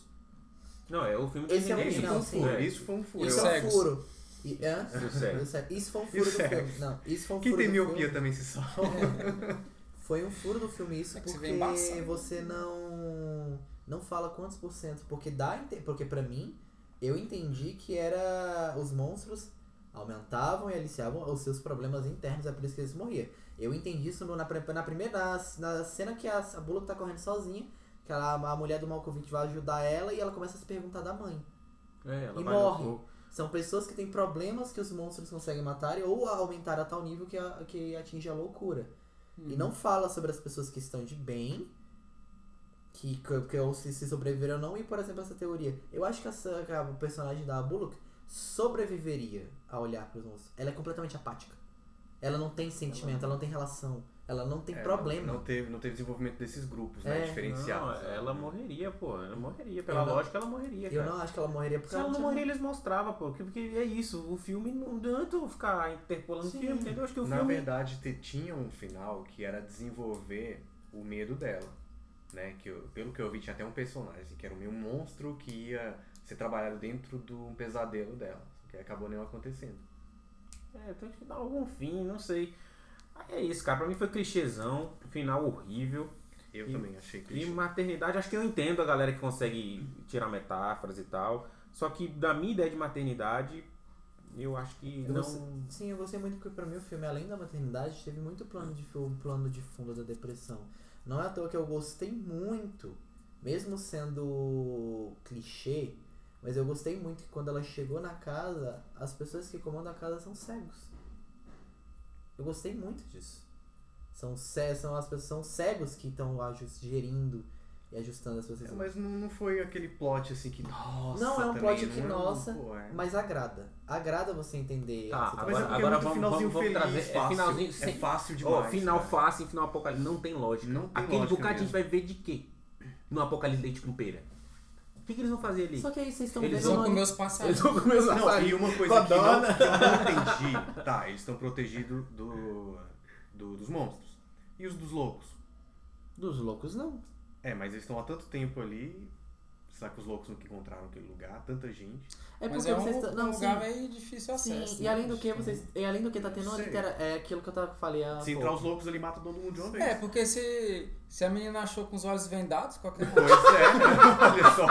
S3: Não, é o filme
S4: Esse é o
S3: ninguém-
S5: Isso foi
S4: original,
S5: um
S4: sim.
S5: furo, isso foi um furo.
S4: Isso
S1: Eu-
S4: é um
S1: Cegos.
S4: furo. E, hã?
S3: Isso é sério.
S4: Isso é- Isso foi um furo
S5: Isso
S4: do
S5: é.
S4: filme. Não, isso foi um
S5: Quem
S4: furo
S5: tem
S4: do
S5: miopia
S4: filme.
S5: também se salva.
S4: Foi um furo do filme isso
S1: É que você vê
S4: porque
S1: embaçado.
S4: você não não fala quantos por cento, porque dá a ente- porque pra mim eu entendi que era os monstros aumentavam e aliciavam os seus problemas internos, é por isso que eles morriam. Eu entendi isso no- na, pre- na primeira na, na cena que a, a Bullock tá correndo sozinha, que ela, a mulher do Malkovich vai ajudar ela e ela começa a se perguntar da mãe.
S3: É, ela
S4: E
S3: vai no
S4: morre.
S3: fogo.
S4: São pessoas que têm problemas que os monstros conseguem matar ou aumentar a tal nível que, a- que atinge a loucura. E não fala sobre as pessoas que estão de bem, que, que, que ou se, se sobreviveram ou não, e por exemplo, essa teoria. Eu acho que, essa, que a personagem da Bullock sobreviveria a olhar para os monstros. Ela é completamente apática. Ela não tem sentimento, ela não tem relação, ela não tem
S5: É,
S4: problema.
S5: Não, não teve, não teve desenvolvimento desses grupos, né?
S4: É.
S5: Diferenciados.
S3: Não,
S5: né?
S3: ela morreria, pô. Ela morreria. Pela
S4: Eu não-
S3: lógica, ela morreria.
S4: Eu
S3: cara.
S4: não acho que ela morreria porque
S3: Se ela não
S4: tinha-
S3: morrer, eles mostravam, pô. Porque, porque é isso. O filme não adianta ficar interpolando o
S4: Sim.
S3: filme, entendeu? Acho que o
S4: é
S5: Na
S3: filme.
S5: verdade, te- tinha um final que era desenvolver o medo dela. Né? Que eu- pelo que eu vi, tinha até um personagem que era meio um monstro que ia ser trabalhado dentro do pesadelo dela. Que acabou nem acontecendo.
S3: É, tem que dar algum fim, não sei. Aí É isso, cara. Pra mim foi clichêzão, final horrível.
S5: Eu
S3: E-
S5: também achei
S3: E
S5: que.
S3: maternidade, acho que eu entendo a galera que consegue tirar metáforas e tal. Só que da minha ideia de maternidade, eu acho que
S4: Eu
S3: não.
S4: gostei- Sim, eu gostei muito porque pra mim o filme, além da maternidade, teve muito plano de, fu- um plano de fundo da depressão. Não é à toa que eu gostei muito, mesmo sendo clichê, mas eu gostei muito que quando ela chegou na casa, as pessoas que comandam a casa são cegos. Eu gostei muito disso. São, ce são as pessoas são cegos que estão gerindo e ajustando as
S5: É,
S4: pessoas.
S5: mas não, não foi aquele plot assim que. Nossa,
S4: Não, é um
S5: também,
S4: plot que,
S5: não é um-
S4: nossa,
S5: pô, é.
S4: Mas agrada. Agrada você entender. a
S3: Tá,
S4: situação.
S5: Mas é
S3: Agora-
S5: porque
S3: agora
S5: é muito
S3: vamos-
S5: finalzinho
S3: vamos- vamos
S5: feliz,
S3: trazer- é
S5: fácil.
S3: finalzinho-
S5: é
S3: sim.
S5: fácil
S3: Ó,
S5: demais. né?
S3: final
S5: cara.
S3: fácil, final apocalipse, não tem lógica.
S5: Não tem
S3: Aquele
S5: lógica
S3: bocado a gente
S5: mesmo.
S3: vai ver de quê? No apocalipse leite com pera. O que, que eles vão fazer ali?
S4: Só que aí vocês estão
S3: Eles
S1: Eles
S4: vendo
S1: vão
S4: uma- É
S1: comer os passarinhos.
S3: vão comer os
S5: Não,
S3: passarinhos.
S5: e uma coisa que não,
S3: Codona.
S5: que eu não entendi. (laughs) Tá, eles estão protegidos do, do- dos monstros. E os dos loucos?
S4: Dos loucos não.
S5: É, mas eles estão há tanto tempo ali. Será que os loucos nunca encontraram aquele lugar? Tanta gente.
S4: É
S1: Mas
S4: porque
S1: é um
S4: vocês tão- não,
S1: lugar
S4: sim.
S1: meio difícil
S4: Sim,
S1: acesso.
S4: e
S1: né?
S4: além do que vocês, e além do que tá tendo
S5: Não sei.
S4: litera, é aquilo que eu tava falei há
S5: Se
S4: pouco.
S5: entrar os loucos ali, mata todo mundo de uma vez.
S1: É, porque se, se a menina achou com os olhos vendados, qualquer
S5: Pois é, (laughs) olha
S4: (laughs)
S5: só.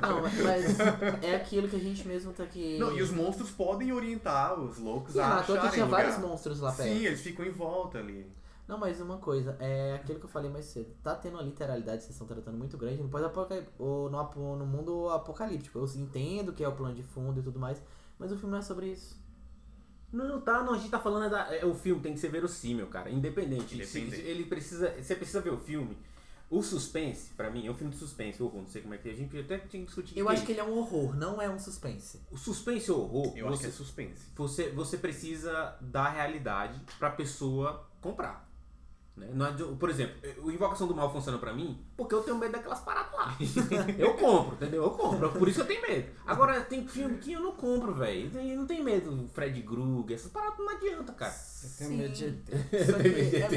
S4: Não, mas é aquilo que a gente mesmo tá aqui.
S5: Não, e os monstros podem orientar os loucos
S4: Sim,
S5: a
S4: na toa
S5: acharem um
S4: que tinha
S5: lugar.
S4: vários monstros lá perto.
S5: Sim, eles ficam em volta ali.
S4: Não, mas uma coisa, é aquilo que eu falei mais cedo. Tá tendo uma literalidade, vocês estão tratando muito grande no pós-apoca- ou no, apo- no mundo apocalíptico. Eu entendo que é o plano de fundo e tudo mais, mas o filme não é sobre isso.
S3: Não, não tá, não. A gente tá falando é da. é, o filme tem que ser verossímil, cara. Independente.
S5: Independente.
S3: Se- se- ele precisa. Você precisa ver o filme. O suspense, pra mim, é um filme de suspense, horror. Não sei como é que é. A gente até tinha que discutir.
S4: Eu acho que ele é um horror, não é um suspense.
S3: O suspense e o horror,
S5: Eu acho que
S3: você,
S5: é suspense.
S3: você, você precisa dar realidade pra pessoa comprar. Né? Não adi- por exemplo, eh, o Invocação do Mal funciona pra mim porque eu tenho medo daquelas paradas lá.
S5: (laughs)
S3: eu compro, entendeu? Eu compro. Por isso eu tenho medo. Agora, tem filme que eu não compro, velho. Eu Não tenho medo. Fred Krueger, essas paradas não adianta, cara.
S1: Eu tenho medo de
S5: (laughs)
S1: ET.
S4: Só que é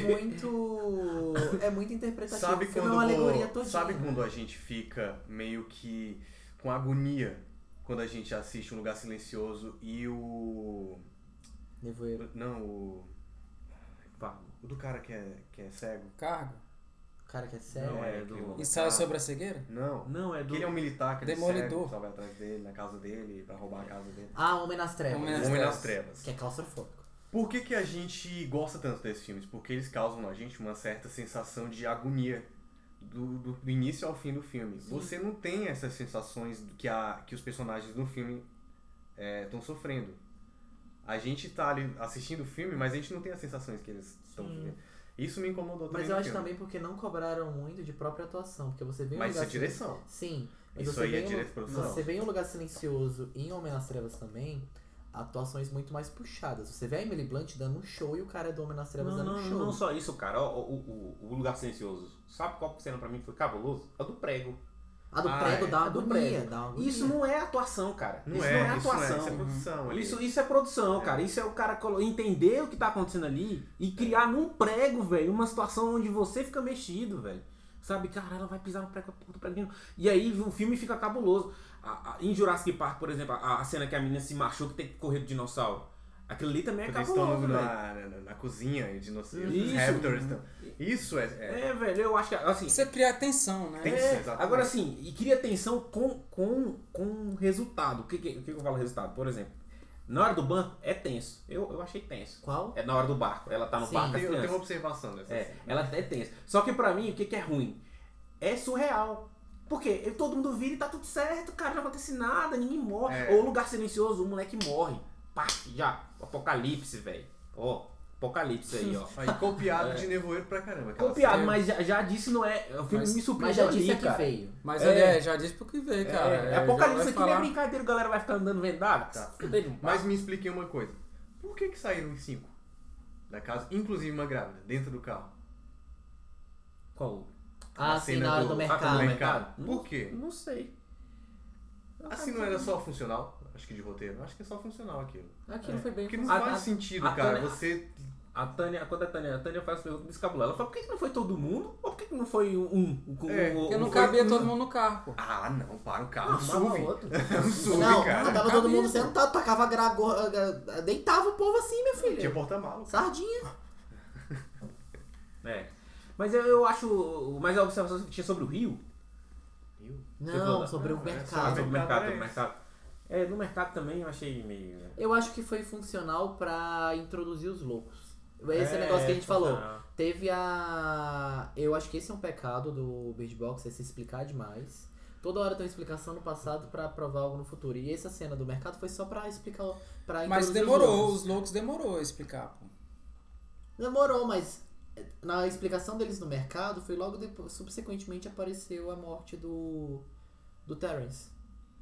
S4: muito. É muito interpretativo.
S5: Sabe
S4: porque
S5: quando,
S4: é uma alegoria todinha.
S5: sabe quando a gente fica meio que com agonia quando a gente assiste Um Lugar Silencioso e o...
S4: Nevoeiro.
S5: Não, o,
S3: Fala.
S5: o do cara que é, que é cego.
S1: Cargo?
S4: O cara que é sério.
S3: Não, é
S5: É,
S3: do-
S5: aquele-
S1: Ensaio
S3: Ah.
S1: sobre a cegueira?
S5: Não,
S3: Não, é do.
S5: aquele é um militar que ele é
S1: Demolidor.
S5: cego, só vai atrás dele, na casa dele, pra roubar a casa dele.
S4: Ah, Homem nas Trevas.
S1: Homem nas
S5: Homem nas Trevas.
S4: Que é claustrofóbico.
S5: Por que, que a gente gosta tanto desses filmes? Porque eles causam na gente uma certa sensação de agonia do, do- do início ao fim do filme. Você não tem essas sensações que, a, que os personagens do filme estão sofrendo. A gente tá ali assistindo o filme, mas a gente não tem as sensações que eles estão
S4: Sim.
S5: vivendo. Isso me incomodou também.
S4: Mas
S5: no
S4: eu acho
S5: filme.
S4: também porque não cobraram muito de própria atuação. Porque você vê um
S5: é. Mas isso
S4: lugar
S5: é direção.
S4: Sim. Mas
S5: Isso
S4: você
S5: aí
S4: vê
S5: é
S4: em um-
S5: direito de produção.
S4: Você vê em um lugar silencioso e em Homem nas Trevas também, atuações muito mais puxadas. Você vê a Emily Blunt dando um show e o cara do Homem nas Trevas
S3: Não,
S4: dando
S3: não,
S4: um show.
S3: não só isso, cara. Ó, O, o, o Lugar Silencioso. Sabe qual cena pra mim foi cabuloso? A do prego.
S4: A do
S5: Ah,
S4: prego
S5: é.
S4: dá
S3: A do
S4: agonia,
S3: prego.
S4: dá agonia.
S3: Isso não é atuação, cara.
S5: Não
S3: isso
S5: é,
S3: não é
S5: isso não
S3: atuação.
S5: Isso é produção. ali.
S3: Isso, isso é produção, cara. Isso é o cara colo- entender o que tá acontecendo ali e criar num prego, velho, uma situação onde você fica mexido, velho. Sabe, cara, ela vai pisar no prego, a porra do prego. E aí o filme fica cabuloso. A- a- em Jurassic Park, por exemplo, a, a cena que a menina se machuca que tem que correr do dinossauro. Aquilo ali também é
S5: Quando eles estão
S3: cabuloso, velho.
S5: na, na, na cozinha, e dinossauros,
S3: Isso.
S5: os raptors estão. Isso é. é-
S3: É, velho, eu acho que assim.
S1: Você cria tensão, né?
S5: Tem-
S3: É,
S5: exatamente.
S3: agora sim, e cria tensão com, com, com resultado. O que, que, o que que eu falo resultado? Por exemplo, na hora do banco é tenso. Eu, eu achei tenso.
S4: Qual?
S3: É na hora do barco. Ela tá no
S4: Sim.
S3: barco. as
S5: Eu eu tenho uma
S3: crianças.
S5: observação dessa.
S3: É, ela é tensa. Só que pra mim, o que, que é ruim? É surreal. Porque eu- todo mundo vira e tá tudo certo, cara, não acontece nada, ninguém morre.
S5: É.
S3: Ou lugar silencioso, o moleque morre. Pá, já. Apocalipse, velho. Ó, apocalipse aí,
S5: (laughs)
S3: ó.
S5: Aí
S4: É.
S5: copiado de nevoeiro pra caramba. aquela
S3: Copiado,
S1: sério?
S3: mas já, já disse, não é. O filme
S1: Mas-
S3: me surpreendeu
S4: Mas já
S3: ali,
S4: disse aqui
S3: cara.
S4: veio.
S1: Mas
S3: É.
S1: ele é, já disse pro que vê, cara.
S3: é,
S1: já
S3: apocalipse
S1: vai
S3: aqui
S5: né,
S3: não é brincadeira, o galera vai ficar andando vendado.
S5: Tá.
S3: Fudeu de um
S5: Mas
S3: pau.
S5: me expliquem uma coisa. Por que que saíram os cinco da casa, inclusive uma grávida, dentro do carro?
S3: qual?
S4: Ah, sim, na hora do, mercado.
S5: Ah, do mercado. Por quê?
S3: Não sei.
S4: tá
S5: Assim não era só funcional, acho que de roteiro. Acho que é só funcional aquilo.
S4: Aquilo foi bem
S5: Porque não
S3: A-
S5: faz
S3: a-
S5: sentido,
S3: a
S5: cara.
S4: né?
S3: Tânia-
S5: Você.
S3: A Tânia, quando a Tânia, a Tânia faz pergunta descabulada, ela fala, por que, que não foi todo mundo? Ou por que, que não foi um? um, um,
S5: É,
S3: um-
S1: Porque
S3: um-
S1: não
S3: foi
S1: cabia
S3: um?
S1: todo mundo no carro, pô.
S5: Ah, não, para o
S3: Ah,
S5: carro.
S3: mas o
S5: SUV.
S3: outro.
S5: É um SUV,
S4: Não,
S5: cara.
S4: tava todo
S1: Cabeça.
S4: mundo sentado, tacava gra... go- gra- deitava o povo assim, minha
S5: Tinha
S4: filha.
S5: porta-malo.
S4: Sardinha.
S3: (laughs) É. Mas eu, eu acho. Mas a observação que tinha sobre o Rio.
S4: Não,
S3: Você
S4: sobre o
S5: falou-
S4: Ah, mercado.
S5: Sobre
S3: o mercado,
S5: o mercado,
S3: sobre o
S5: é
S3: mercado. É, no mercado também eu achei meio.
S4: Eu acho que foi funcional pra introduzir os loucos. Esse
S3: É,
S4: negócio que a gente falou.
S3: tá.
S4: Teve a. Eu acho que esse é um pecado do Bird Box, é se explicar demais. Toda hora tem uma explicação no passado pra provar algo no futuro. E essa cena do mercado foi só pra explicar. Pra
S1: Mas
S4: introduzir Tá os
S1: demorou,
S4: loucos.
S1: os loucos demorou a explicar, pô.
S4: Demorou, mas na explicação deles no mercado foi logo depois, subsequentemente apareceu a morte do do Terence.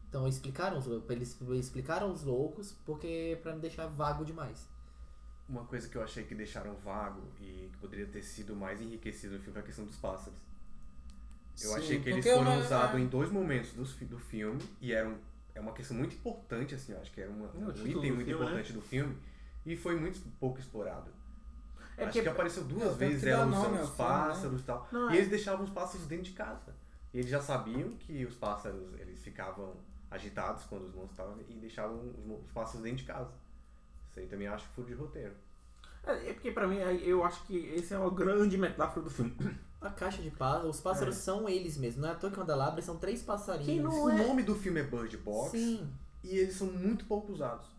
S4: Então explicaram os lou- eles explicaram os loucos porque pra não deixar vago demais.
S5: Uma coisa que eu achei que deixaram vago e que poderia ter sido mais enriquecido no filme foi a questão dos pássaros. Eu
S1: Sim,
S5: achei que eles
S1: porque eu
S5: foram
S1: não- É.
S5: usados em dois momentos do, fi- do filme e eram é uma questão muito importante assim, eu acho que era uma-
S3: Não, o
S5: um
S3: título do
S5: item
S1: né?
S5: muito
S3: filme,
S5: importante do filme e foi muito pouco explorado.
S3: É
S5: acho
S3: porque-
S5: que apareceu duas
S1: Não, tanto
S5: vezes
S1: que dá
S5: ela
S1: nome
S5: usando
S1: ao
S5: os
S1: filme, né? Ah,
S5: pássaros e tal.
S3: Não,
S5: E
S3: é.
S5: eles deixavam os pássaros dentro de casa. E eles já sabiam que os pássaros eles ficavam agitados quando os monstros estavam e deixavam os, mon- os pássaros dentro de casa. Isso aí também acho furo de roteiro.
S3: É, é porque pra mim, aí, eu acho que esse é uma grande metáfora do filme.
S4: A caixa de pássaros, os pássaros são eles mesmos, não é à toa que Andalabra são três passarinhos.
S3: Quem não
S5: O
S3: é?
S5: nome do filme é Bird Box
S4: Sim.
S5: e eles são muito pouco usados.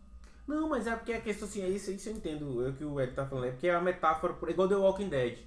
S3: Não, mas é porque a questão assim, é isso, isso eu entendo, é o que o Ed tá falando, é porque é a metáfora, por- igual The Walking Dead.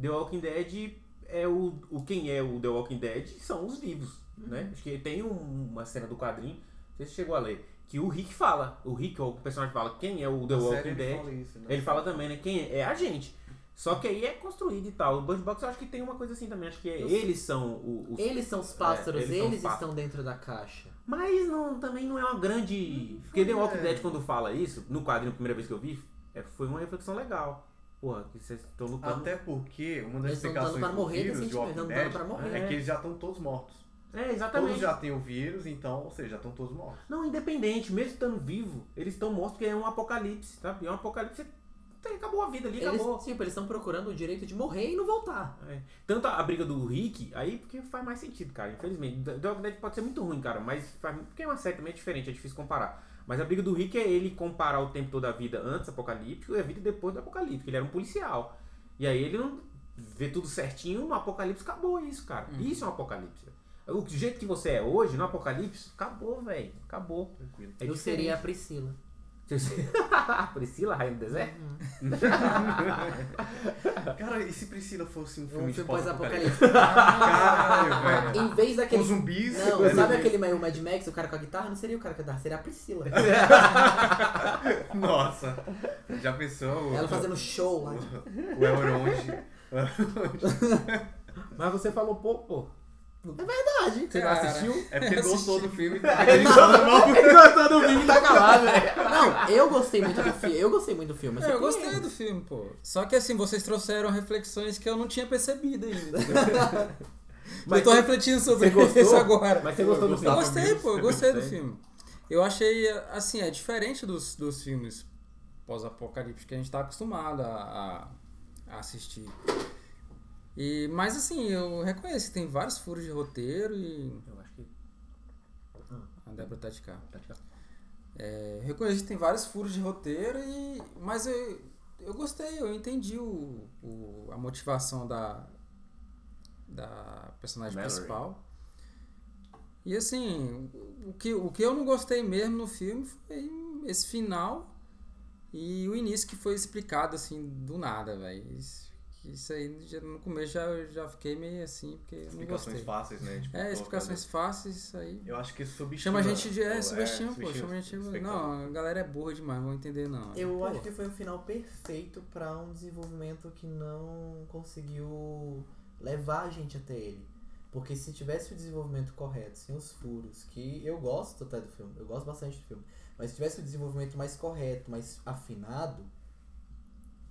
S3: The Walking Dead é o, o quem é o The Walking Dead são os vivos,
S5: Uhum.
S3: né? Acho que tem um- uma cena do quadrinho, não sei se você chegou a ler, que o Rick fala, o Rick, o personagem fala, quem é o The
S5: Na
S3: Walking
S5: série ele
S3: Dead?
S5: fala isso, né?
S3: Ele fala também, né? Quem é? é a gente. Só que aí é construído e tal. O Bird Box eu acho que tem uma coisa assim também. Acho que é,
S4: Eu-
S3: eles são o- os.
S4: Eles são os pássaros,
S3: É, eles
S4: eles,
S3: são os
S4: estão
S3: pássaros.
S4: dentro da caixa.
S3: Mas não, também não é uma grande. Porque The Walking Dead, quando fala isso, no quadrinho, a primeira vez que eu vi, é, foi uma reflexão legal. Porra, que vocês estão lutando.
S5: Até porque uma das
S4: Eles tão
S5: explicações
S4: lutando pra
S5: do
S4: morrer
S5: vírus de Walking
S4: recentemente,
S5: Dead
S4: tão lutando pra
S5: é
S3: morrer.
S1: né?
S5: que eles já estão todos mortos.
S3: É, exatamente.
S5: Todos já têm o vírus, então, ou seja, já estão todos mortos.
S3: Não, independente, mesmo estando vivo, eles estão mortos porque é um apocalipse, tá? E é um apocalipse. tem- Acabou a vida ali,
S4: Eles,
S3: acabou.
S4: tipo, eles estão procurando o direito de morrer e não voltar.
S3: É. Tanto a, a briga do Rick, aí porque faz mais sentido, cara, infelizmente. The Dog Dead pode ser muito ruim, cara, mas faz, porque é uma série também é diferente, é difícil comparar. Mas a briga do Rick é ele comparar o tempo todo da vida antes do apocalíptico e a vida depois do apocalíptico. Ele era um policial. E aí ele não vê tudo certinho, no apocalipse acabou isso, cara.
S1: Uhum.
S3: Isso é um apocalipse. O jeito que você é hoje, no apocalipse, acabou, velho. Acabou.
S5: Tranquilo.
S3: É
S4: eu
S3: diferente. (laughs)
S4: seria a Priscila.
S3: Priscila, Rainha do Deserto?
S1: É.
S5: Cara, e se Priscila fosse um filme
S4: Um
S5: de
S4: filme pós-apocalipse.
S1: (laughs)
S5: Caralho,
S4: (laughs)
S5: velho.
S4: em vez daquele.
S5: Com zumbis.
S4: Não,
S5: velho.
S4: sabe aquele o Mad Max, o cara com a guitarra? Não seria o cara com a guitarra, seria a Priscila.
S5: Nossa. Já pensou?
S4: Ela fazendo show lá.
S5: o, o Elrond.
S3: Mas você falou pouco, pô.
S4: Verdade.
S1: Você não
S4: cara.
S1: assistiu?
S5: É porque ele gostou do
S1: (laughs)
S5: filme. tá
S3: Ele gostou do vídeo tá calado, velho.
S4: Não, eu gostei muito do filme. Eu gostei muito do filme. mas
S1: É, eu
S4: você um-
S1: gostei do filme, pô. Só que assim, vocês trouxeram reflexões que eu não tinha percebido ainda.
S3: Mas
S1: (laughs) eu tô refletindo sobre
S3: você gostou?
S1: isso agora.
S3: Mas você gostou do
S1: Eu
S3: filme?
S1: gostei, pô, eu gostei do
S3: Gostei.
S1: filme. Eu achei, assim, é diferente dos, dos filmes pós-apocalípticos que a gente tá acostumado a, a- a assistir. E, mas assim, eu reconheço que tem vários furos de roteiro e.
S3: Eu acho que
S1: A Débora tá de cá.
S3: tá de
S1: É, reconheço que tem vários furos de roteiro e. Mas eu, eu gostei, eu entendi o, o- a motivação da, da personagem
S3: Mallory.
S1: principal. E assim, o que, o que eu não gostei mesmo no filme foi esse final e o início que foi explicado assim do nada, velho. Isso, isso aí já- no começo já, eu já fiquei meio assim, porque eu não
S5: Explicações
S1: gostei.
S5: fáceis, né? Tipo,
S1: É,
S5: colocar-
S1: explicações fáceis, isso aí.
S5: Eu acho que é
S1: Chama
S5: subestima.
S1: a gente de.
S5: Ou
S1: É, subestima, pô.
S5: subestima
S1: Chama a gente.
S5: o espectador.
S1: Não, a galera é burra demais, não vão entender, não.
S4: Eu
S1: Pô,
S4: acho que foi um final perfeito pra um desenvolvimento que não conseguiu levar a gente até ele. Porque se tivesse o desenvolvimento correto, sem os furos, que eu gosto até do filme, eu gosto bastante do filme, mas se tivesse o desenvolvimento mais correto, mais afinado,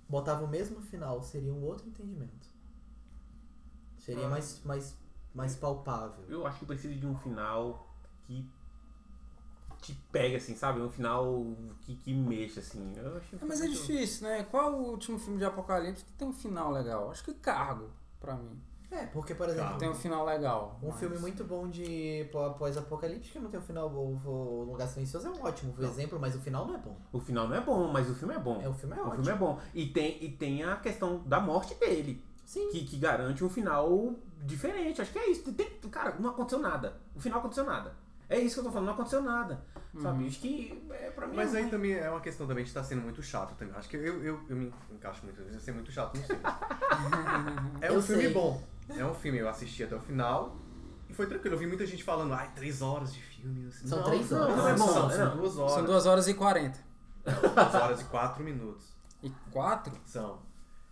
S4: botava o mesmo final, seria um outro entendimento. Seria
S3: Ah.
S4: mais, mais, mais palpável.
S3: Eu acho que precisa de um final que te pega, assim, sabe? Um final que, que mexa, assim. Eu acho
S1: É, mas é difícil, né? Qual o último filme de Apocalipse que tem um final legal? Acho que Cargo, pra mim.
S4: É, porque, por exemplo,
S5: Tá.
S1: Tem um final legal.
S4: Um
S1: mas-
S4: filme muito bom de pó- pós-apocalíptico, não tem um final bom. O Lugar Silencioso é um ótimo exemplo, mas o final não é bom.
S3: O final não é bom, mas o filme é bom.
S4: É, o filme é
S3: O
S4: ótimo.
S3: filme é bom. E tem, e tem a questão da morte dele,
S5: é
S4: Sim.
S3: que, que garante um final diferente. Acho que é isso. Tem- cara, não aconteceu nada. O final aconteceu nada. É isso que eu tô falando, não aconteceu nada. Sabe? Acho que é, pra mim.
S5: Mas
S3: é
S5: aí
S3: ruim.
S5: também é uma questão também de estar sendo muito chato também. Acho que eu, eu, eu me encaixo muito nisso, de ser muito chato,
S4: (laughs)
S5: não sei. é um
S4: Eu
S5: filme
S4: sei.
S5: bom. É um filme, eu assisti até o final e foi tranquilo. Eu vi muita gente falando, ai, três horas de filme. assim.
S4: São
S5: não,
S4: três
S5: não,
S4: horas.
S5: Não, é bom,
S3: São-
S5: são,
S3: não.
S5: duas horas.
S1: São 2 horas e 40.
S5: Duas horas e quatro minutos.
S1: E 4?
S5: São.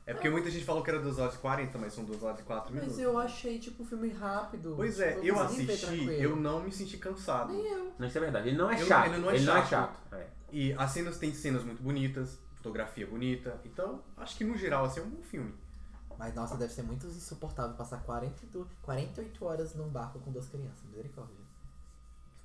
S5: É porque muita gente falou que era duas horas e 40, mas são duas horas e quatro minutos.
S4: Mas eu achei, tipo, um filme rápido. Tipo,
S5: Pois é, eu assisti, eu não me senti cansado.
S4: Nem eu.
S3: Não, isso é verdade. Ele não é
S5: Eu-
S3: chato.
S5: ele não é chato.
S3: É.
S5: E as cenas têm cenas muito bonitas, fotografia bonita. Então, acho que no geral, assim, é um bom filme.
S4: Mas, nossa, deve ser muito insuportável passar 42, 48 horas num barco com duas crianças. Misericórdia.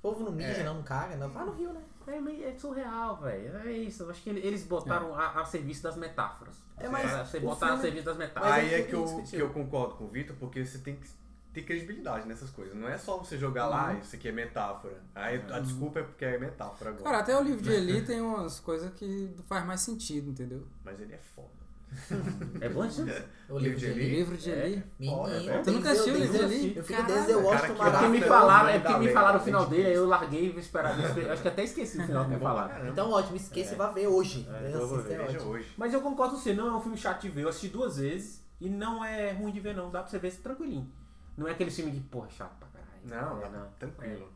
S4: O povo não mija,
S5: É.
S4: não, não caga, não. Vai no rio, né?
S3: É, meio- é surreal, velho. É isso. Eu acho que ele- eles botaram
S1: É.
S3: a, a serviço das metáforas.
S4: É, mas
S3: Você
S4: o
S3: botar a
S4: filme-
S3: serviço das metáforas.
S4: Mas
S5: Aí
S4: é
S5: é
S4: um
S5: que
S4: filme
S5: eu, que
S4: discutível.
S5: eu concordo com o Vitor, porque você tem que ter credibilidade nessas coisas. Não é só você jogar lá, isso aqui é metáfora. Aí a desculpa é porque é metáfora agora.
S1: Cara, até o livro de Eli tem umas coisas que faz mais sentido, entendeu?
S5: Mas ele é foda.
S3: É
S1: (laughs)
S3: bom isso?
S4: O
S5: Livro de é
S1: O
S5: Eli?
S1: livro de Eli.
S4: Menino,
S5: Olha, velho.
S1: Tu nunca assistiu o livro de Eli?
S4: Eu fico
S1: Caralho.
S4: desde eu
S5: Cara,
S4: gosto
S5: que
S3: É porque me
S5: Maravilhoso,
S3: falaram, é
S5: né,
S3: porque me
S5: galera?
S3: falaram o final
S5: Gente,
S3: dele, aí eu larguei e vou esperar. vou esperar- Acho que até esqueci o final
S5: (laughs) É
S3: que me falaram.
S4: Então, ótimo, esqueça e vá ver hoje.
S3: É,
S4: Eu
S3: eu vou
S4: assisto,
S3: ver,
S4: é
S5: Veja
S4: ótimo.
S5: hoje.
S3: Mas eu concordo com você, não é um filme chato de ver. Eu assisti duas vezes e não é ruim de ver, não. Dá pra você ver tranquilinho. Não é aquele filme que, porra, chato pra caralho.
S5: Não,
S3: é,
S5: tá tranquilo.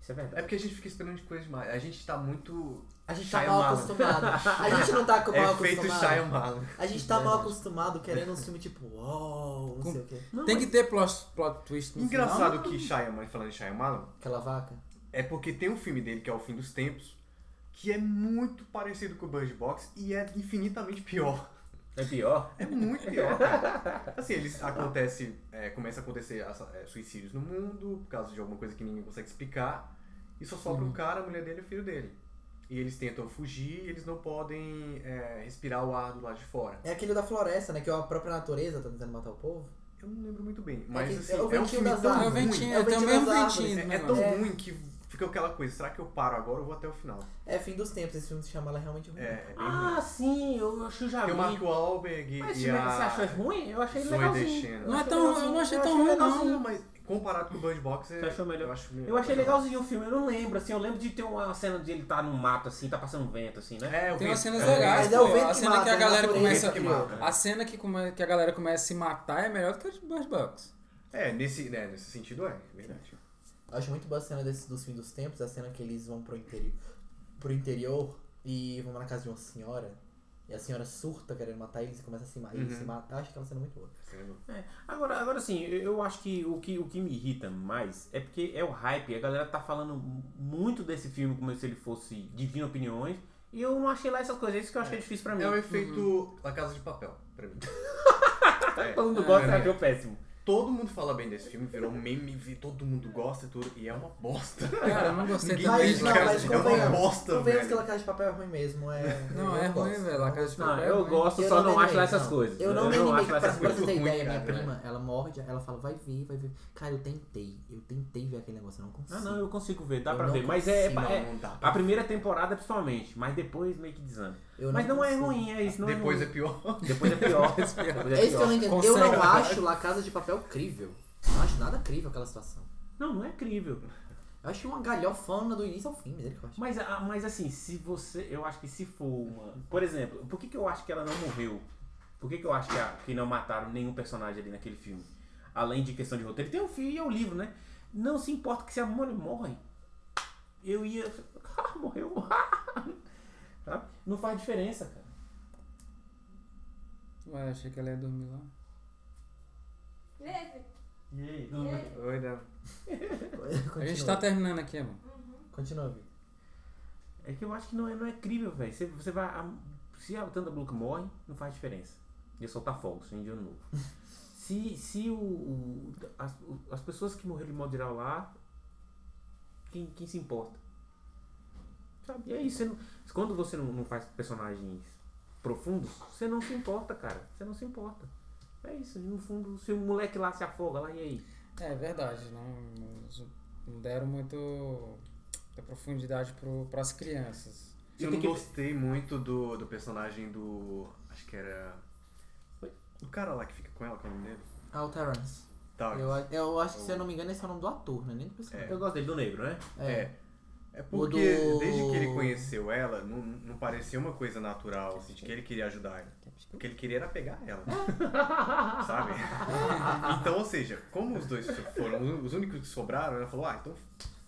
S3: Isso é
S5: É
S3: verdade.
S5: porque a gente fica esperando de coisa demais. A gente tá muito.
S4: A gente tá
S5: Shyamalan.
S4: mal acostumado. A gente não tá mal
S5: É feito
S4: acostumado.
S5: Shyamalan.
S4: A gente tá mal acostumado querendo um filme tipo, uau, não sei o quê.
S3: Não,
S1: É, Tem
S3: mas-
S1: que ter plot, plot twist no final.
S5: Engraçado que Shyamalan, falando em Shyamalan,
S4: Aquela vaca.
S5: é porque tem um filme dele que é O Fim dos Tempos, que é muito parecido com o Bird Box e é infinitamente pior.
S3: É pior?
S5: É muito pior, cara. Assim, eles acontece, é, começa a acontecer assa- é, suicídios no mundo, por causa de alguma coisa que ninguém consegue explicar. E só sobra
S3: Uhum.
S5: um cara, a mulher dele e o filho dele. E eles tentam fugir e eles não podem é, respirar o ar do lado de fora.
S4: É aquele da floresta, né? Que a própria natureza tá tentando matar o povo.
S5: Eu não lembro muito bem, mas
S4: que
S5: assim,
S4: é o
S5: é um
S4: ventinho
S5: filme
S4: das
S5: tão
S1: É
S4: árvores.
S1: o
S5: ruim.
S1: ventinho,
S4: É o
S1: eu tenho o
S4: ventinho
S1: mesmo
S4: das árvores, né?
S1: ventinho. né,
S5: É,
S1: do
S5: é tão
S1: negócio.
S5: ruim que fica aquela coisa, será que eu paro agora ou vou até o final?
S4: É fim dos tempos, esse filme se chama ela é realmente ruim.
S5: É, é bem
S3: Ah, sim, eu acho que eu já
S5: ruim. Tem
S3: vi.
S5: o Mark Wahlberg
S3: Mas
S5: e
S3: você
S5: a
S3: achou ruim? Eu achei
S5: Zoe
S3: legalzinho.
S5: Deschanel.
S1: Não é tão ruim, eu não achei tão ruim, não.
S5: Não, mas comparado com o Bird Box, é-
S3: Você achou melhor?
S5: eu acho melhor.
S3: Eu achei legalzinho o filme, eu não lembro, assim, eu lembro de ter uma cena de ele tá num mato, assim, tá passando vento, assim, né?
S5: É, eu
S1: Tem
S5: vi-
S1: umas cenas
S5: é,
S1: legais,
S4: mas é o
S1: pô.
S4: vento
S1: A
S4: que
S1: cena que
S4: mata,
S1: a
S4: é a
S1: galera começa.
S4: natureza
S5: que mata.
S1: A cena que, come- que a galera começa a se matar é melhor do que a de Bird Box.
S5: É, nesse, né, nesse sentido é, é verdade.
S4: Eu acho muito boa a cena desse, dos fins dos tempos, a cena que eles vão pro interior, pro interior e vão na casa de uma senhora. E a senhora surta querendo matar eles e começa a se, ma eles
S5: Uhum.
S4: se matar. Eu acho que é uma cena muito boa.
S3: É, Agora, agora assim, eu eu acho que o, que o que me irrita mais é porque é o hype. A galera tá falando mu- muito desse filme como se ele fosse Divino Opiniões. E eu não achei lá essas coisas, isso que eu achei difícil pra mim.
S5: É o
S4: Uhum.
S5: efeito La Casa de Papel, pra mim.
S3: Todo mundo
S5: É.
S3: gosta,
S5: É.
S3: achou péssimo.
S5: Todo mundo fala bem desse filme, virou um meme, vi- todo mundo gosta e tudo, e é uma bosta.
S1: Cara, eu não gostei
S5: Ninguém
S1: também.
S5: entende,
S1: de-
S4: Mas, tá não,
S5: cara,
S4: mas
S5: é uma
S4: convenhamos.
S5: bosta,
S4: Convenhamos que
S5: velho.
S4: La Casa de Papel é ruim mesmo. É,
S1: Não,
S4: eu
S1: é
S4: gosto.
S1: ruim, velho. A casa de
S3: Não,
S1: papel. é
S3: eu
S1: ruim.
S3: gosto,
S4: Eu
S3: só não,
S4: me
S3: acho lá
S4: animei,
S3: essas
S4: não.
S3: coisas. né?
S4: Eu não me animei,
S3: acho lá
S4: pra, pra
S3: essas
S5: coisas
S4: você ter
S5: ruim,
S4: ideia,
S5: cara.
S4: minha prima, ela morde, ela fala, vai ver, vai ver. Cara, eu tentei, eu tentei ver aquele negócio, eu não consigo.
S3: Ah, não, eu consigo ver, dá
S4: Eu
S3: pra
S4: não
S3: ver. Mas é, é,
S4: consigo,
S3: é-
S5: Não, não dá.
S3: a primeira temporada principalmente, mas depois meio que desanda.
S4: Eu
S3: mas não é
S4: consigo.
S3: ruim, é isso, não
S5: Depois
S3: é
S5: é
S3: ruim.
S5: pior.
S3: Depois é pior.
S4: É
S3: (laughs) depois é
S4: isso que eu não
S3: pior.
S4: entendo.
S1: Consegue.
S4: Eu não acho La Casa de Papel crível. Eu não acho nada crível aquela situação.
S3: Não, não é incrível.
S4: Eu acho uma galhofona do início ao fim, misericórdia.
S3: Mas, ah, mas assim, se você. Eu acho que se for uma. Por exemplo, por que, que eu acho que ela não morreu? Por que, que eu acho que, a- que não mataram nenhum personagem ali naquele filme? Além de questão de roteiro, tem o filme e é o livro, né? Não se importa que se a mulher morre. Eu ia. (laughs) Ah, morreu. (laughs) Sabe? Não faz diferença, cara.
S1: Ué, achei que ela ia dormir lá.
S6: Leve.
S3: E aí?
S5: Oi, né?
S4: Continua.
S1: A gente tá terminando aqui, mano.
S4: Continua, Vitor.
S3: É que eu acho que não é, não é crível, velho. Você, você vai. a- se a Tanda Block morre, não faz diferença. Ia soltar fogos, um dia novo. (laughs) se se o, o- as, o- as pessoas que morreram de modo geral lá. Quem, quem se importa? Sabe? E é isso. Você não- quando você não, não faz personagens profundos, você não se importa, cara. Você não se importa. É isso. No fundo, se o moleque lá se afoga lá, e aí?
S1: É verdade, não, não deram muito da profundidade pro, pras crianças.
S3: tem
S5: Eu não
S3: que-
S5: gostei muito do, do personagem do. Acho que era. O cara lá que fica com ela, qual é o nome dele?
S4: Ah, o Terrence.
S5: Tá.
S4: Eu, a- eu acho que, se eu não me engano, esse é o nome do ator, né? Nem do personagem.
S3: Eu gosto dele, do negro, né?
S5: É. É
S4: O
S5: porque
S4: do-
S5: desde que ele conheceu ela, não, não parecia uma coisa natural, assim, de que ele queria ajudar ela. O que ele queria era pegar
S4: (laughs)
S5: ela. sabe? Então, ou seja, como os dois foram os únicos que sobraram, ela falou, ah, então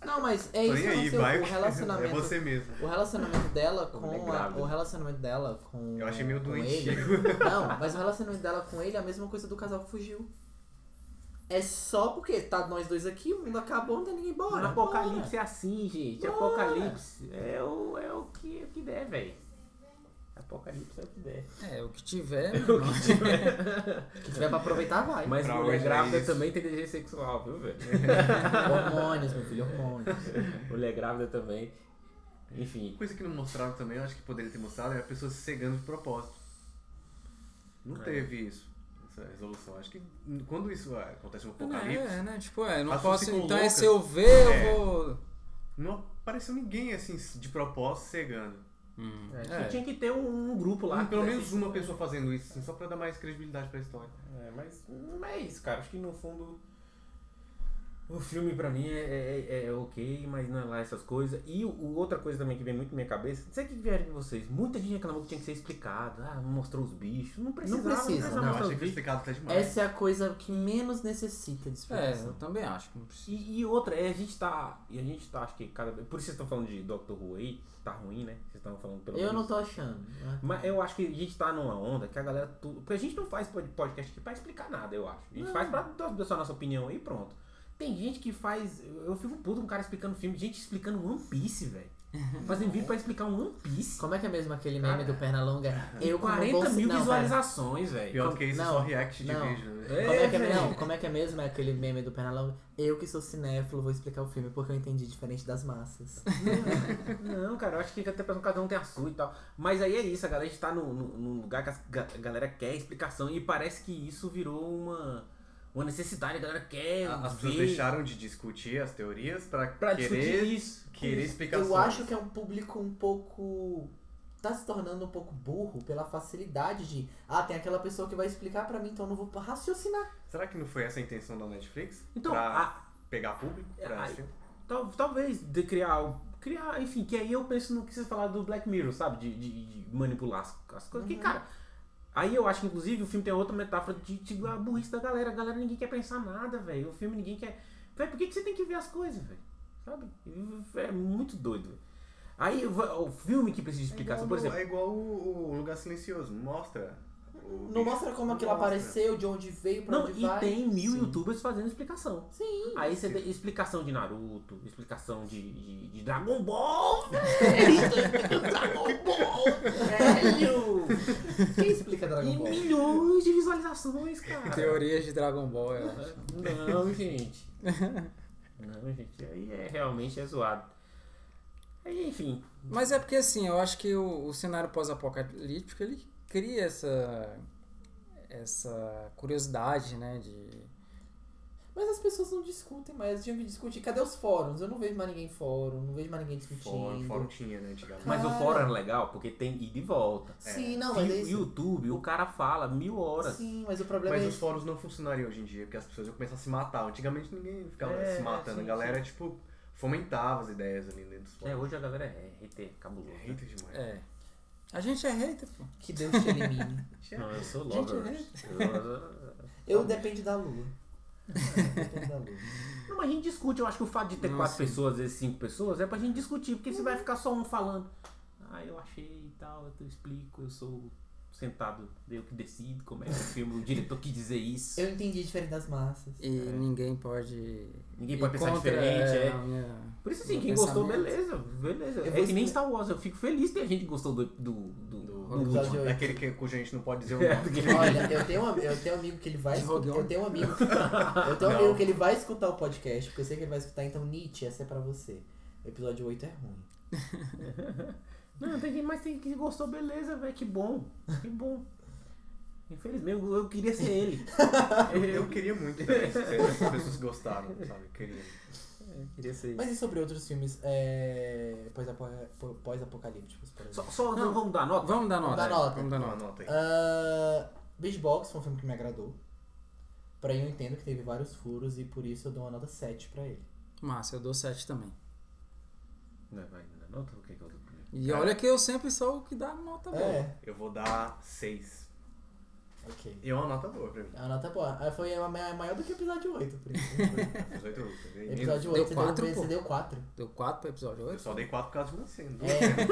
S4: Não, mas é
S5: tô
S4: isso
S5: nem
S4: que
S5: aí,
S4: aconteceu.
S5: vai.
S4: O relacionamento,
S5: É você mesmo.
S4: o relacionamento dela
S3: Ela é
S4: com a,
S3: grávida.
S4: o relacionamento dela com
S5: Eu achei meio
S4: com
S5: doentio.
S4: ele- (laughs) Não, mas o relacionamento dela com ele é a mesma coisa do casal que fugiu. É só porque tá nós dois aqui, o mundo acabou, não tem ninguém embora.
S3: Mas Apocalipse é assim, gente.
S4: Bora.
S3: Apocalipse é o, é o, que, é o que der, velho. Apocalipse é o que der.
S1: É, o que tiver, né, mano?
S4: Bora. Que tiver pra aproveitar, vai.
S3: Mas
S5: Pra
S3: mulher
S5: hoje é
S3: grávida
S5: isso.
S3: também tem desejo sexual, viu,
S5: (laughs)
S3: velho?
S4: Hormônios, meu filho, hormônios.
S3: mulher grávida também. Enfim.
S5: Coisa que não mostraram também, eu acho que poderia ter mostrado, é a pessoa se cegando de propósito. Não
S3: É.
S5: teve isso, essa resolução. Acho que quando isso ah, acontece no apocalipse,
S1: É, né? Tipo, é, não
S5: Mas
S1: posso.
S5: você coloca-
S1: Então, é, se eu ver,
S5: É.
S1: eu vou.
S5: não apareceu ninguém assim, de propósito, cegando.
S1: Hum,
S3: É.
S1: é.
S3: Tinha que ter um, um grupo lá.
S5: Hum,
S3: que
S5: pelo
S3: desse-
S5: menos uma pessoa fazendo isso, assim, só pra dar mais credibilidade pra história.
S3: É, mas não é isso, cara. Acho que no fundo. O filme pra mim é, é- é- é ok, mas não é lá essas coisas. E o, o outra coisa também que vem muito na minha cabeça, não sei o que vieram de vocês. Muita gente reclamou que tinha que ser explicado. Ah, não mostrou os bichos. Não precisava.
S4: precisa,
S5: Não,
S3: precisava
S4: não,
S5: eu
S3: mostrar os
S5: achei que
S3: bichos.
S5: esse pecado tá demais.
S4: Essa é a coisa que menos necessita de
S1: É,
S4: explicação.
S1: eu também acho que não precisa.
S3: E, e outra, é, a gente tá. E a gente tá, acho que cada vez. Por isso vocês estão falando de Doctor Who aí, tá ruim, né? Vocês estão falando pelo
S4: Eu
S3: menos-
S4: não tô achando. né?
S3: Mas eu acho que a gente tá numa onda que a galera. Tu... Porque a gente não faz pod- podcast aqui pra explicar nada, eu acho. A gente faz pra dar só a nossa opinião aí e pronto. Tem gente que faz. Eu eu fico puto com um cara explicando filme, gente explicando One Piece, velho. Fazem vídeo pra explicar um One Piece.
S4: Como é que é mesmo aquele
S3: Cara,
S4: meme do Pernalonga? Eu como
S3: 40
S4: bolsi-
S3: mil
S4: não, pera.
S3: visualizações, velho.
S5: Pior do que isso, é
S4: Não,
S5: só react de
S4: não.
S5: vídeo. né?
S4: Como é, que é,
S3: velho.
S4: não, como é que é mesmo aquele meme do Pernalonga? Eu que sou cinéfilo vou explicar o filme porque eu entendi diferente das massas.
S3: Não, cara, eu acho que até pessoa, cada um tem a sua e tal. Mas aí é isso, a galera está num no, lugar que a ga- a galera quer explicação e parece que isso virou uma, uma necessidade, a galera quer
S5: As pessoas
S3: ver
S5: deixaram de discutir as teorias pra,
S3: É, pra discutir
S5: querer,
S3: isso.
S5: querer explicações.
S4: Eu acho que é um público um pouco. tá se tornando um pouco burro pela facilidade de. Ah, tem aquela pessoa que vai explicar pra mim, então eu não vou raciocinar.
S5: Será que não foi essa a intenção da Netflix?
S3: Então,
S5: pra
S3: a-
S5: pegar público? Pra
S3: Ai. então,
S5: assistir?
S3: tal- talvez de criar, criar, enfim, que aí eu penso no que você falar do Black Mirror, sabe? De, de- de manipular as, as coisas. Que,
S5: Uhum.
S3: cara, aí eu acho que inclusive o filme tem outra metáfora de tipo, a burrice da galera. A galera ninguém quer pensar nada, velho. O filme ninguém quer. Velho, por que, que você tem que ver as coisas, velho? Sabe? É muito doido. velho. Aí o o filme que precisa de explicação, por
S5: É igual-
S3: exemplo.
S5: É igual o, o Lugar Silencioso, mostra. o
S4: não
S5: bicho.
S4: mostra como aquilo
S5: mostra.
S4: apareceu, de onde veio, pra
S3: Não,
S4: onde
S3: e
S4: vai.
S3: tem mil
S4: Sim.
S3: youtubers fazendo explicação.
S4: (laughs) Sim.
S3: Aí você tem explicação de Naruto, explicação de, de- de Dragon Ball,
S4: Dragon Ball!
S3: velho!
S4: Quem explica Dragon
S3: E
S4: Ball?
S3: milhões de visualizações, cara.
S1: Teorias de Dragon Ball, eu acho.
S3: Não, gente. Não, gente. Aí é, realmente é zoado. Aí, enfim.
S1: Mas é porque assim, eu acho que o, o cenário pós-apocalíptico ele cria essa essa curiosidade, né, de
S4: Mas as pessoas não discutem mais, tinha que discutir. Cadê os fóruns? Eu não vejo mais ninguém em fórum, não vejo mais ninguém discutindo.
S5: Fórum, fórum tinha, né, antigamente.
S3: Mas o
S4: Cara.
S3: fórum era legal porque tem ida e volta.
S4: Sim,
S5: É.
S4: não,
S3: E
S4: mas é
S3: o
S4: isso.
S3: YouTube, o cara fala mil horas.
S4: Sim, mas o problema
S5: Mas
S4: é
S5: os fóruns não funcionariam hoje em dia, porque as pessoas iam começar a se matar. Antigamente ninguém ficava
S3: É,
S5: se matando.
S3: sim,
S5: a galera, tipo, fomentava as ideias ali dentro dos
S3: É,
S5: fóruns.
S3: hoje a galera é hater, cabuloso.
S5: É,
S3: né?
S5: hater demais.
S1: é. A gente é hater, pô.
S4: que Deus te elimine.
S5: (laughs)
S3: Não, eu sou
S1: Gente,
S3: lover. Eu-
S4: Eu depende da lua. Depende da lua.
S3: Não, mas a gente discute. Eu acho que o fato de ter
S1: Não,
S3: quatro
S1: sim.
S3: pessoas, às vezes cinco pessoas, é pra gente discutir, porque se vai ficar só um falando. Ah, eu achei e tal, eu explico, eu sou sentado, eu que decido como é que o filme, o diretor quis dizer isso.
S4: Eu entendi diferente das massas.
S1: E ninguém pode
S3: Ninguém
S1: ir
S3: pode pensar
S1: contra,
S3: diferente,
S1: é,
S3: é.
S1: a minha-
S3: Por isso assim,
S1: Meu
S3: quem gostou,
S1: pensamento.
S3: beleza, beleza.
S4: Eu
S3: É
S4: vou
S3: que nem
S4: expli-
S3: Star Wars, eu fico feliz que a gente gostou do, do, do, do,
S5: Do-
S4: do episódio
S3: último.
S4: oito.
S5: Daquele É que, cujo a gente não pode dizer o
S3: É,
S5: nome.
S3: do que-
S4: Olha, eu tenho, um, am- eu tenho um amigo que ele vai
S1: De
S4: escutar.
S1: Rogue One.
S4: Eu tenho um amigo. Eu tenho um
S5: Não.
S4: amigo que ele vai escutar o podcast, porque eu sei que ele vai escutar, então Nietzsche, essa é pra você. O episódio 8 é ruim.
S3: Não, tem quem, mas tem quem gostou, beleza, velho, que bom, que bom. Infelizmente, eu, eu queria ser ele.
S5: Eu, eu queria muito também, se as pessoas gostaram, sabe? Eu queria.
S3: queria ser
S4: Mas e sobre outros filmes é, pós-apo- pô- pós-apocalípticos, por
S3: Só,
S4: exemplo?
S3: só
S1: Não.
S3: vamos dar nota?
S1: Vamos dar nota.
S4: dar nota.
S1: Vamos dar
S5: Não,
S1: nota.
S5: Então, anota aí.
S4: Ah, Beach Box foi um filme que me agradou. Porém, eu entendo que teve vários furos e por isso eu dou uma nota 7 pra ele.
S1: Massa, eu dou 7 também.
S3: Não, vai, não, não, o que que eu dou primeiro?
S1: E
S5: Cara.
S1: olha que eu sempre sou o que dá nota boa.
S4: É,
S5: Eu vou dar seis.
S4: ok.
S5: E é uma nota boa pra mim.
S4: A nota boa. Ah, Foi a ma- maior do que o episódio 8, por
S1: (laughs)
S4: isso.
S5: Os oito lutas.
S4: episódio
S1: Deu
S4: 8 deu
S1: quatro,
S4: deu,
S1: pô.
S4: você deu
S1: (laughs)
S4: 4.
S1: Deu 4 pro episódio
S5: Eu (laughs)
S1: 8.
S5: só dei quatro por causa de você. né? não.
S4: É,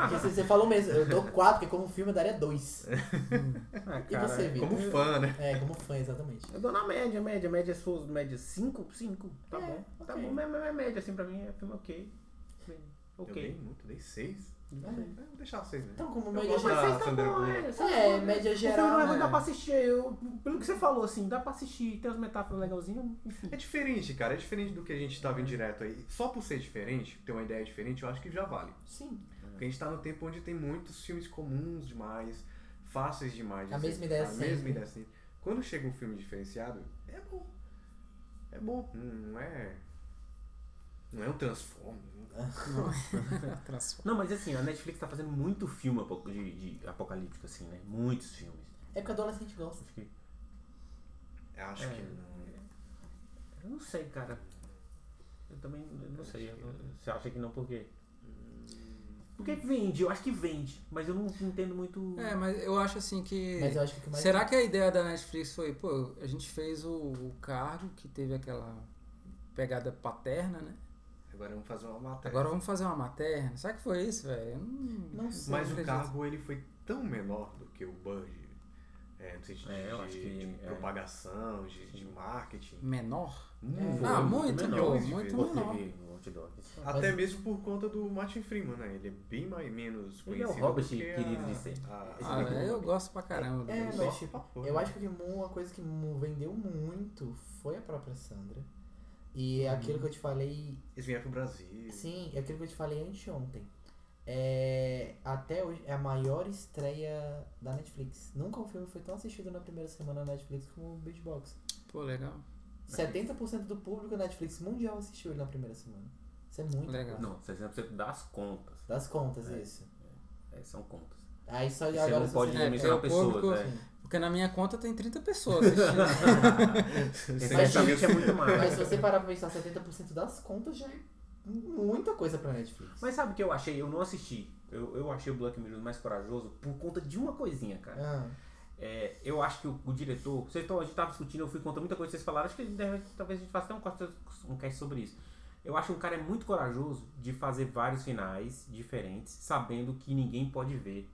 S4: porque
S3: (laughs)
S4: você, você falou mesmo, eu dou 4, porque como filme eu daria 2.
S3: Ah,
S4: E você, Vitor?
S5: Como fã, né?
S4: É, como fã, exatamente.
S3: Eu dou na média, média, média, se for média 5, 5, tá
S4: É,
S3: bom. Tá
S4: ok.
S3: bom, mas mas é média, assim, pra mim é filme ok. Bem,
S5: Eu dei
S3: Ok.
S5: muito, dei seis.
S4: É.
S5: É, Vou deixar seis, né?
S4: Então, como
S5: Eu
S4: média
S5: gosto
S4: geral.
S5: da Sandra Bullock.
S3: é,
S4: É,
S3: tá bom, né?
S4: média
S3: O filme
S4: geral,
S3: não é ruim,
S1: né?
S3: dá pra assistir, eu, pelo que você falou, assim, dá pra assistir, tem umas metáforas legalzinhas, enfim.
S5: É diferente, cara. É diferente do que a gente tá vendo direto aí. Só por ser diferente, ter uma ideia diferente, eu acho que já vale.
S4: Sim,
S5: Porque a gente tá no tempo onde tem muitos filmes comuns demais, fáceis demais. de
S4: A
S5: ser-
S4: mesma ideia
S5: A
S4: sempre.
S5: mesma ideia sempre. Quando chega um filme diferenciado, é bom. É bom. Hum, Não é. Não é um Transformers.
S1: Transforma.
S3: Não, mas assim, a Netflix tá fazendo muito filme apo- de, de apocalíptico, assim, né? Muitos filmes.
S4: é porque adolescente gosta.
S3: Acho que-
S5: Eu Acho
S3: É.
S5: que não.
S3: Eu não sei, cara. Eu também eu não sei. eu não- Você acha que não por quê? Porque vende, eu acho que vende, mas eu não entendo muito.
S1: É, mas eu acho assim que
S4: Mas eu acho que o que mais.
S1: Será que a ideia da Netflix foi, pô, a gente fez o, o cargo que teve aquela pegada paterna, né?
S5: Agora vamos fazer uma matéria.
S1: Agora vamos fazer uma materna. Será que foi isso, velho? Eu não-
S4: Não sei.
S5: Mas o
S1: acredito.
S5: cargo ele foi tão menor do que o Budge. É, no sentido
S3: É, eu
S5: de,
S3: acho que-
S5: de
S3: é.
S5: propagação, de, de marketing.
S1: Menor?
S5: Hum,
S1: Ah,
S5: foi
S1: muito,
S3: É,
S5: menor.
S1: pô,
S3: Um
S5: Milhões de
S1: muito
S5: vezes.
S3: Pô,
S1: menor.
S3: tipo, teve, Naughty Dog. assim,
S5: Até mesmo por conta do Martin Freeman, né? Ele é bem mais, menos
S3: Ele é
S5: conhecido.
S3: o Hobbit
S5: do que a-
S3: querido de sempre.
S5: a-
S1: Ah,
S5: a-
S1: velho, eu gosto pra caramba do
S4: É,
S1: James
S4: mas
S1: Bond.
S4: tipo,
S5: Porra.
S4: eu acho que uma coisa que mo- vendeu muito foi a própria Sandra. E
S1: Uhum.
S4: é aquilo que eu te falei
S5: Eles vieram pro Brasil.
S4: Sim, é aquilo que eu te falei anteontem. É, até hoje é a maior estreia da Netflix. Nunca um filme foi tão assistido na primeira semana na Netflix como o Beatbox.
S1: Pô, legal.
S3: É.
S4: 70% do público da Netflix mundial assistiu ele na primeira semana. Isso é muito
S1: Legal.
S4: coisa.
S3: Não, 60% das contas.
S4: Das contas, isso.
S3: É, são contas.
S4: Aí só
S3: Você
S4: agora
S3: não
S4: se
S3: pode
S4: você-
S1: É,
S3: dimensionar
S1: é,
S3: pessoas,
S1: público-
S3: né?
S1: Porque na minha conta tem 30 pessoas
S3: (laughs)
S1: assistindo.
S5: Sem
S4: Mas,
S5: saber
S3: Sinceramente é muito mais.
S4: Mas se você parar pra pensar, 70% das contas já é muita coisa pra Netflix.
S3: Mas sabe o que eu achei? Eu não assisti. Eu, eu achei o Black Mirror mais corajoso por conta de uma coisinha, cara.
S4: Ah,
S3: É, eu acho que o, o diretor. Vocês tão, a gente tava discutindo, eu fui contra muita coisa que vocês falaram. Acho que deve- talvez a gente faça até um, corte, um cast sobre isso. Eu acho que um cara é muito corajoso de fazer vários finais diferentes, sabendo que ninguém pode ver.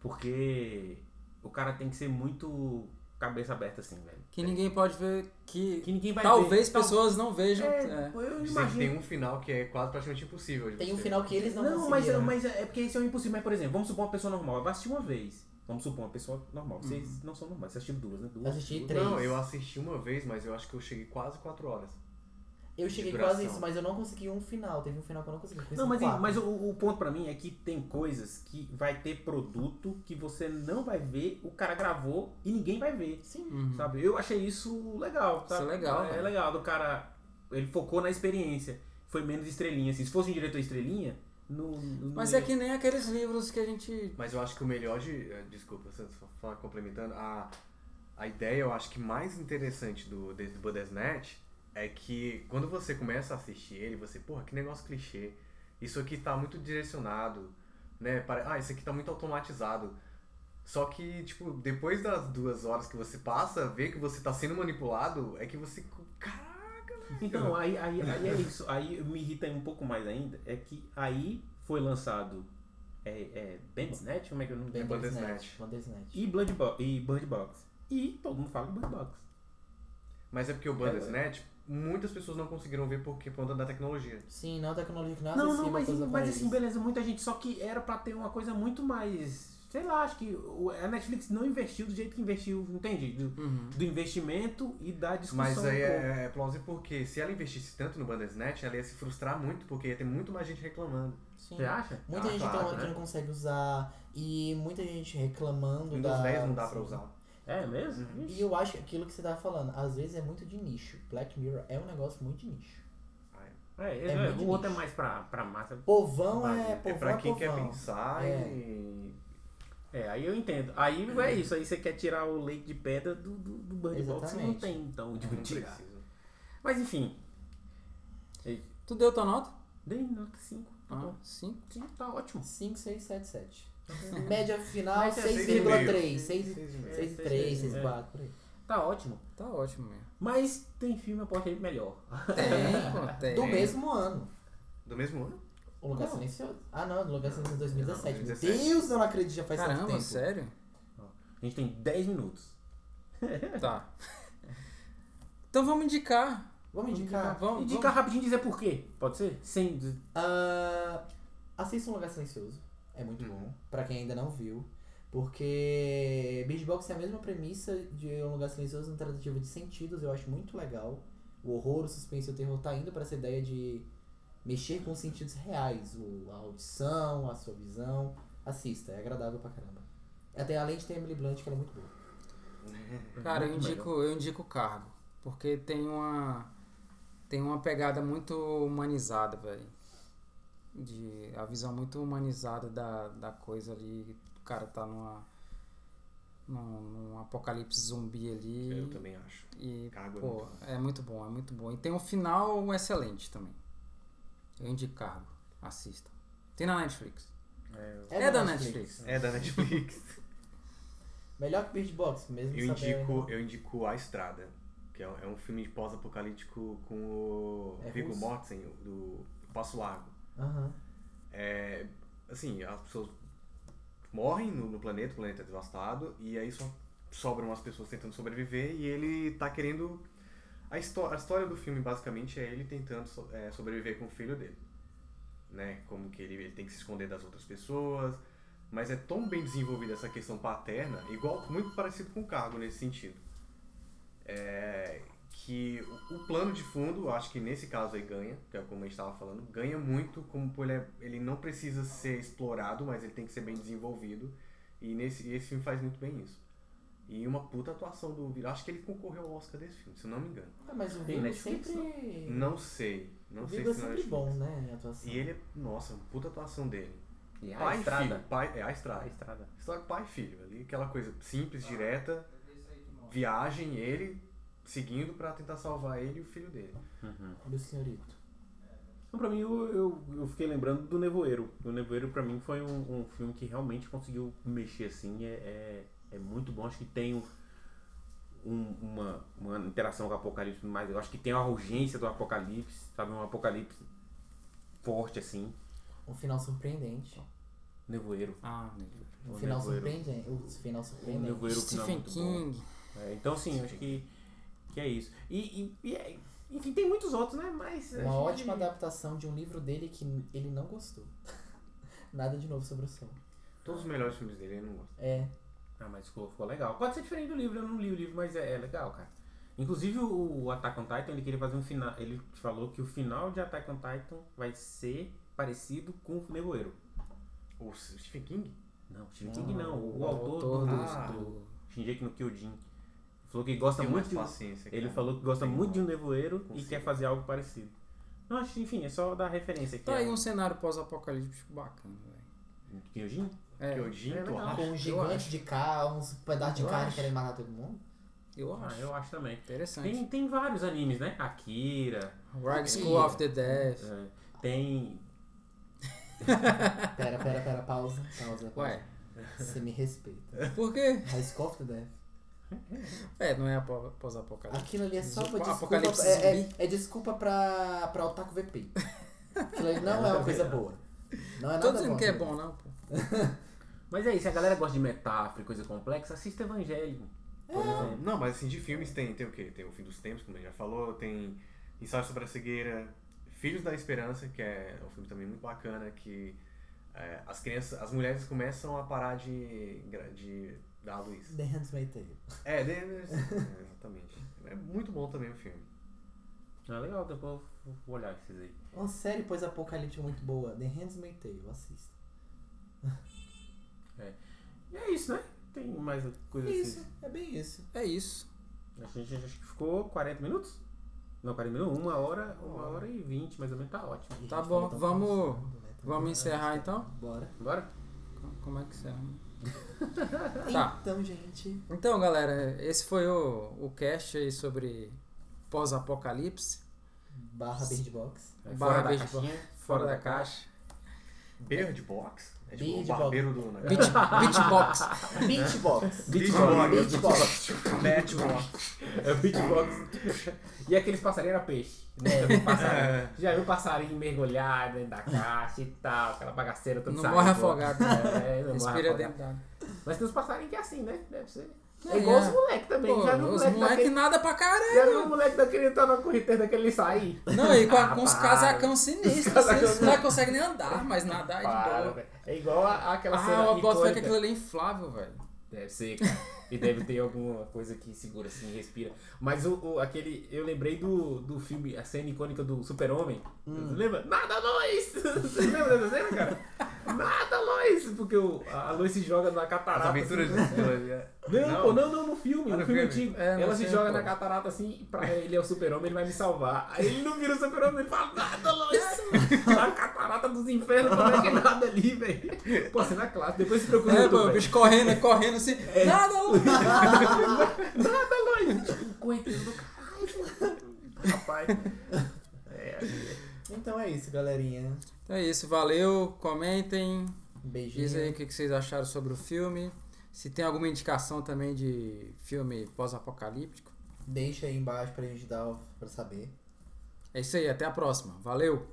S3: Porque o cara tem que ser muito cabeça aberta, assim, velho.
S1: que ninguém pode ver que,
S3: Que ninguém vai
S1: talvez
S3: ver. Então,
S1: pessoas não vejam.
S3: É,
S1: é.
S3: Eu
S5: Dizem que
S3: imagino.
S5: tem um final que é quase praticamente impossível. assim. de
S4: tem um
S5: você.
S4: final que eles não, né?
S3: Não, mas,
S4: conseguiram.
S3: mas é é porque isso é um impossível. Mas, por exemplo, vamos supor uma pessoa normal. Ela vai assistir uma vez. Vamos supor uma pessoa normal. Vocês
S1: Uhum.
S3: não são normais. Vocês assistiram duas, né? Duas.
S4: Assisti
S3: duas.
S4: três.
S5: Não, eu assisti uma vez, mas eu acho que eu cheguei quase 4 horas.
S4: Eu cheguei
S5: duração.
S4: quase isso, mas eu não consegui um final. Teve um final que eu não consegui. consegui
S1: é
S3: Não, mas,
S4: quatro.
S3: mas o, o ponto pra mim é que tem coisas que vai ter produto que você não vai ver, o cara gravou e ninguém vai ver.
S4: Sim.
S1: Uhum.
S3: Sabe? Eu achei isso legal. Tá?
S1: Isso é legal,
S3: É
S1: velho.
S3: legal do cara. Ele focou na experiência. Foi menos estrelinha. assim. Se fosse um diretor estrelinha, não. não
S1: Mas
S3: ia-
S1: é que nem aqueles livros que a gente.
S5: Mas eu acho que o melhor de. eh, Desculpa, só só falar, complementando. A, a ideia, eu acho que mais interessante do desse Bandersnatch é que quando você começa a assistir ele, você, porra, que negócio clichê. Isso aqui tá muito direcionado, né? Para, ah, isso aqui tá muito automatizado. Só que, tipo, depois das duas horas que você passa, ver que você tá sendo manipulado, é que você. Caraca!
S3: Então, aí, aí, aí é isso. Aí me irrita um pouco mais ainda. É que aí foi lançado é, é, Bandersnatch, como é que eu não
S4: Bem,
S5: É
S3: lembro?
S5: Bandersnatch.
S4: Bandersnatch.
S3: E, Blood Bo e Bird Box. E todo mundo fala Bird Box.
S5: Mas é porque o Bandersnatch, muitas pessoas não conseguiram ver porque por conta da tecnologia.
S4: Sim, não, tecnologia que não é
S3: Não, não,
S4: acessível,
S3: mas,
S4: coisa pra
S3: mas
S4: eles.
S3: assim, beleza, muita gente. Só que era pra ter uma coisa muito mais. Sei lá, acho que o- a Netflix não investiu do jeito que investiu, entende? Do,
S1: Uhum.
S3: do investimento e da discussão.
S5: Mas aí
S3: um pouco.
S5: é, é plausível porque se ela investisse tanto no Bandersnatch, ela ia se frustrar muito, porque ia ter muito mais gente reclamando.
S4: Sim.
S3: Você acha?
S4: Muita
S5: Ah,
S4: gente
S5: claro,
S4: não- que
S5: né?
S4: não consegue usar. E muita gente reclamando
S5: Windows
S4: da... assim.
S5: 10 não dá pra usar.
S3: É mesmo?
S5: Uhum.
S4: E eu acho que aquilo que você tava falando, às vezes é muito de nicho. Black Mirror é um negócio muito de nicho.
S3: É,
S4: É
S3: é,
S4: muito
S3: o outro é
S4: nicho.
S3: mais pra, pra massa.
S4: Povão
S5: Mas
S4: é, povão
S5: pra
S4: é
S5: quem quer
S4: povão.
S5: pensar
S4: É.
S5: e.
S3: É, aí eu entendo. Aí é isso, aí você quer tirar o leite de pedra do, do, do Bird Box e não
S4: Exatamente. É,
S3: tem, então, de
S5: Não
S3: tirar.
S5: precisa.
S3: Mas enfim.
S1: Tu deu tua nota?
S3: Dei nota 5. Tá
S1: Ah,
S3: bom.
S1: sim.
S3: Sim, tá ótimo.
S4: 5, 6, 7, 7. Média final,
S3: Média
S5: seis e
S4: 6,3.
S5: meio.
S4: 6
S5: Seis e meio.
S4: e
S3: É,
S4: 3,
S3: seis e meio.
S4: 6 e 4, por aí.
S3: Tá ótimo.
S1: Tá ótimo mesmo.
S3: Mas tem filme, eu posso ir melhor.
S1: Tem, pô, tem.
S4: Do mesmo ano.
S5: Do mesmo ano?
S4: O Lugar
S3: Não.
S4: Silencioso? Ah, não, o Lugar Silencioso é 2017. Meu
S5: 2017.
S4: Deus, eu não acredito, já faz tanto
S1: Caramba,
S4: tempo.
S1: sério?
S3: A gente tem 10 minutos.
S1: Tá. Então vamos indicar.
S4: Vamos indicar.
S1: Vamos,
S3: E
S1: vamos.
S3: dica rapidinho dizer por quê. Pode ser? Sem.
S4: Ah, assista um Lugar Silencioso. É muito bom. Pra quem ainda não viu. Porque Beatbox é a mesma premissa de um Lugar Silencioso no tratativo de sentidos. Eu acho muito legal. O horror, o suspense e o terror tá indo pra essa ideia de mexer com os sentidos reais. O, a audição, a sua visão. Assista, é agradável pra caramba. Até além de ter a Emily Blunt, que ela é muito boa.
S1: Cara, eu
S3: Muito
S1: indico, eu indico o cargo. Porque tem uma. Tem uma pegada muito humanizada, velho. De, a visão muito humanizada da, da coisa ali. O cara tá numa. Num, num apocalipse zumbi ali.
S5: Eu também acho.
S1: E,
S5: Cargo é
S1: pô,
S5: muito
S3: né?
S1: é muito bom, é muito bom. E tem um final excelente também. Eu indico cargo. Assista. Tem na Netflix. É, da Netflix.
S5: É
S4: (laughs)
S5: da Netflix.
S4: Melhor que né? Beatbox, mesmo
S5: eu,
S4: sabendo-
S5: indico, eu indico A Estrada, que é um, é um filme de pós-apocalíptico com o
S4: É
S5: Viggo
S4: russo?
S5: Mortensen, do Passo Largo.
S4: Aham.
S5: É, assim, as pessoas morrem no, no planeta, o planeta é devastado, e aí só sobram as pessoas tentando sobreviver, e ele tá querendo. A, histó- a história do filme, basicamente, é ele tentando so- é, sobreviver com o filho dele. Né? Como que ele, ele tem que se esconder das outras pessoas. Mas é tão bem desenvolvida essa questão paterna, igual muito parecido com o cargo nesse sentido. É, que o, o plano de fundo, eu acho que nesse caso aí ganha, que é como a gente estava falando, ganha muito, como pô, ele, é- ele não precisa ser explorado, mas ele tem que ser bem desenvolvido. E, nesse, e esse filme faz muito bem isso. E uma puta atuação do vilão. Acho que ele concorreu ao Oscar desse filme, se eu não me engano.
S4: Ah, mas o
S3: Tem
S4: Vigo
S3: Netflix,
S4: sempre.
S5: Não sei. Não
S4: o
S5: sei
S4: Vigo é
S5: se não
S4: sempre
S5: Netflix.
S4: bom, né? A atuação.
S5: E ele é. Nossa, uma puta atuação dele.
S3: E Ah, a
S5: pai e
S3: estrada. Ah,
S5: filho. Pai, é a estrada.
S3: A estrada.
S5: História do pai e filho. Ali, aquela coisa simples, direta. Viagem, ele seguindo pra tentar salvar ele e o filho dele.
S4: Do senhorito.
S3: Então, pra mim, eu, eu, eu fiquei lembrando do Nevoeiro. O Nevoeiro, pra mim, foi um, um filme que realmente conseguiu mexer assim. É, é, é muito bom. Acho que tem um, um- uma, uma interação com o Apocalipse, mas eu acho que tem a urgência do Apocalipse, sabe? Um Apocalipse forte assim.
S4: Um final surpreendente.
S3: Nevoeiro.
S1: Ah, nego.
S4: Um
S3: O
S4: final
S3: nevoeiro.
S4: surpreendente. O final
S3: O
S4: surpreendente.
S3: Nevoeiro que não é
S1: Stephen
S3: muito bom.
S1: King.
S3: É, então, assim, eu acho que, que é isso. E, e- e é- enfim, tem muitos outros, né? Mas. acho
S4: Uma
S3: que-
S4: ótima adaptação de um livro dele que ele não gostou. (laughs) Nada de novo sobre o sol.
S5: Todos os melhores filmes dele ele não gosta.
S4: É,
S3: Ah, mas ficou, ficou legal. Pode ser diferente do livro, eu não li o livro, mas é, é legal, cara. Inclusive o o Attack on Titan, ele queria fazer um final. Ele falou que o final de Attack on Titan vai ser parecido com o Nevoeiro.
S5: O Stephen King?
S3: Não, Stephen King não. O,
S1: o
S3: autor,
S1: autor
S3: do, Ah.
S5: do-
S3: do Shingeki no Kyojin falou que gosta
S5: Tem É mais
S3: muito. de- um
S5: paciência.
S3: ele
S5: cara.
S3: falou que gosta
S5: Tem
S3: muito de um
S5: uma-
S3: Nevoeiro e
S5: Consigo.
S3: quer fazer algo parecido. Não, acho, enfim, é só dar referência aqui.
S1: Tá aí
S3: ao
S1: um cenário pós-apocalíptico bacana, velho.
S3: Kyojin?
S1: É,
S5: Kyojin,
S3: É
S5: tu
S3: legal.
S5: acha?
S4: com um gigante
S1: acho.
S4: de carro, uns pedaços de
S3: Eu
S4: carne
S3: acho.
S4: querendo matar todo mundo.
S1: eu
S3: Ah,
S1: acho.
S3: eu acho também.
S1: Interessante.
S3: Tem, tem vários animes, né? Akira.
S1: Rag School
S4: Ih.
S1: of the Death.
S3: é, tem
S4: Pera, pera, pera, pausa. Pausa.
S3: É.
S4: pausa.
S1: Ué,
S4: Você me respeita.
S1: por quê?
S4: High School of the Death.
S1: É, não é apo- pós-apocalíptico.
S4: Aquilo ali é só uma desculpa.
S1: Apocalipse
S4: É, é,
S1: zumbi.
S4: é desculpa pra, pra Otaku VP. Aquilo ali não é uma coisa boa. Não é
S3: Ah,
S1: Tô
S4: nada
S1: dizendo
S4: bom,
S1: que é
S4: né?
S1: bom, não, pô.
S3: Mas é isso, a galera gosta de metáfora e coisa complexa, assista Evangelho. Por exemplo.
S5: Não, mas assim, de filmes tem, tem o quê? Tem O Fim dos Tempos, como ele já falou, tem Ensaio sobre a Cegueira, Filhos da Esperança, que é um filme também muito bacana, que é, as crianças, as mulheres começam a parar de, gra- de dar à luz.
S4: The Handmaid's Tale.
S5: É, de, é, exatamente. É muito bom também o filme.
S3: É legal, depois eu vou olhar esses aí.
S4: Uma série pós-apocalíptica muito boa. The Handmaid's Tale. Assista.
S3: E é isso, né? Tem mais coisa
S4: É isso.
S3: assim.
S4: É bem isso.
S1: É isso.
S3: A gente acho que ficou 40 minutos? Não, 40 minutos, uma hora, uma hora e 20, mais ou menos, tá ótimo.
S4: E a
S1: Tá
S4: gente
S1: bom,
S4: falou tão
S1: vamos-
S4: cansado, né? Tão
S1: Vamos
S4: cansado.
S1: encerrar então?
S4: Bora.
S3: Bora?
S1: Co- Como é que será? Tá.
S4: Então, gente.
S1: Então, galera, esse foi o, o cast aí sobre pós-apocalipse.
S3: (laughs)
S4: Barra Bird Box.
S3: É,
S1: Barra
S3: Fora da
S1: Beisebol.
S3: caixinha, fora da caixa.
S5: Bird Box? É tipo
S4: Bird
S5: o barbeiro do
S1: Beat,
S5: negócio.
S1: beatbox.
S4: Beach Box.
S5: Beatbox.
S4: Beach Box.
S5: Matchbox.
S3: É o beatbox. (laughs) E aqueles passarinhos era peixe. Né? Passarinho. Já viu passarinho mergulhar dentro da caixa e tal, aquela bagaceira toda
S1: Não
S3: saindo.
S1: morre afogado. né?
S3: É, não morre
S1: Respira
S3: afogado.
S1: dentro da água.
S3: Mas tem uns passarinhos que é assim, né? Deve ser.
S1: É,
S3: É igual os
S1: é.
S3: moleques também.
S1: Pô,
S3: já viu o
S1: os
S3: moleque
S1: moleque
S3: daquele.
S1: nada pra
S3: Já
S1: caralho.
S3: viu o moleque daquele que tá na corrente daquele sair?
S1: Não, e com, a- com os
S3: Ah,
S1: casacão sinistros.
S3: Os
S1: Assim,
S3: casacão
S1: os moleques conseguem nem andar, mas nadar é de
S3: Para,
S1: boa.
S3: velho. É igual a- aquela cena
S1: Ah, eu boto fé que
S3: icônica.
S1: aquilo ali é inflável, velho.
S3: Deve ser, cara. E deve ter alguma coisa que segura assim, respira. Mas o, o- aquele. Eu lembrei do, do filme, a cena icônica do Super-Homem. Você Lembra? Nada, Lois! (laughs) Você lembra dessa cena, cara? Nada, Lois! Porque o, a Lois se joga na
S5: As
S3: catarata.
S5: aventuras
S3: assim.
S5: de Zilândia.
S3: Não, pô, não, não, no filme,
S5: Ah,
S3: no
S5: no
S3: filme
S5: filme.
S3: antigo.
S1: É,
S3: ela
S1: não
S3: se
S1: sei,
S3: joga
S1: pô.
S3: na catarata assim, pra ele é o super-homem, ele vai me salvar. Aí ele não vira o super-homem, ele fala, nada, Lois! Na catarata dos infernos, como é que é nada ali, velho? Pô, cena clássica, depois se procura no
S1: É,
S3: YouTube,
S1: pô, o
S3: velho.
S1: bicho correndo, correndo assim. Nada, Luiz.
S3: Nada, Lois! Tipo, coitado do caralho. Rapaz. É,
S4: Então é isso, galerinha.
S1: Então é isso, valeu. Comentem.
S4: Beijinho.
S1: Diz aí o que que vocês acharam sobre o filme. Se tem alguma indicação também de filme pós-apocalíptico.
S4: Deixa aí embaixo pra gente dar o- pra saber.
S1: É isso aí, até a próxima. Valeu!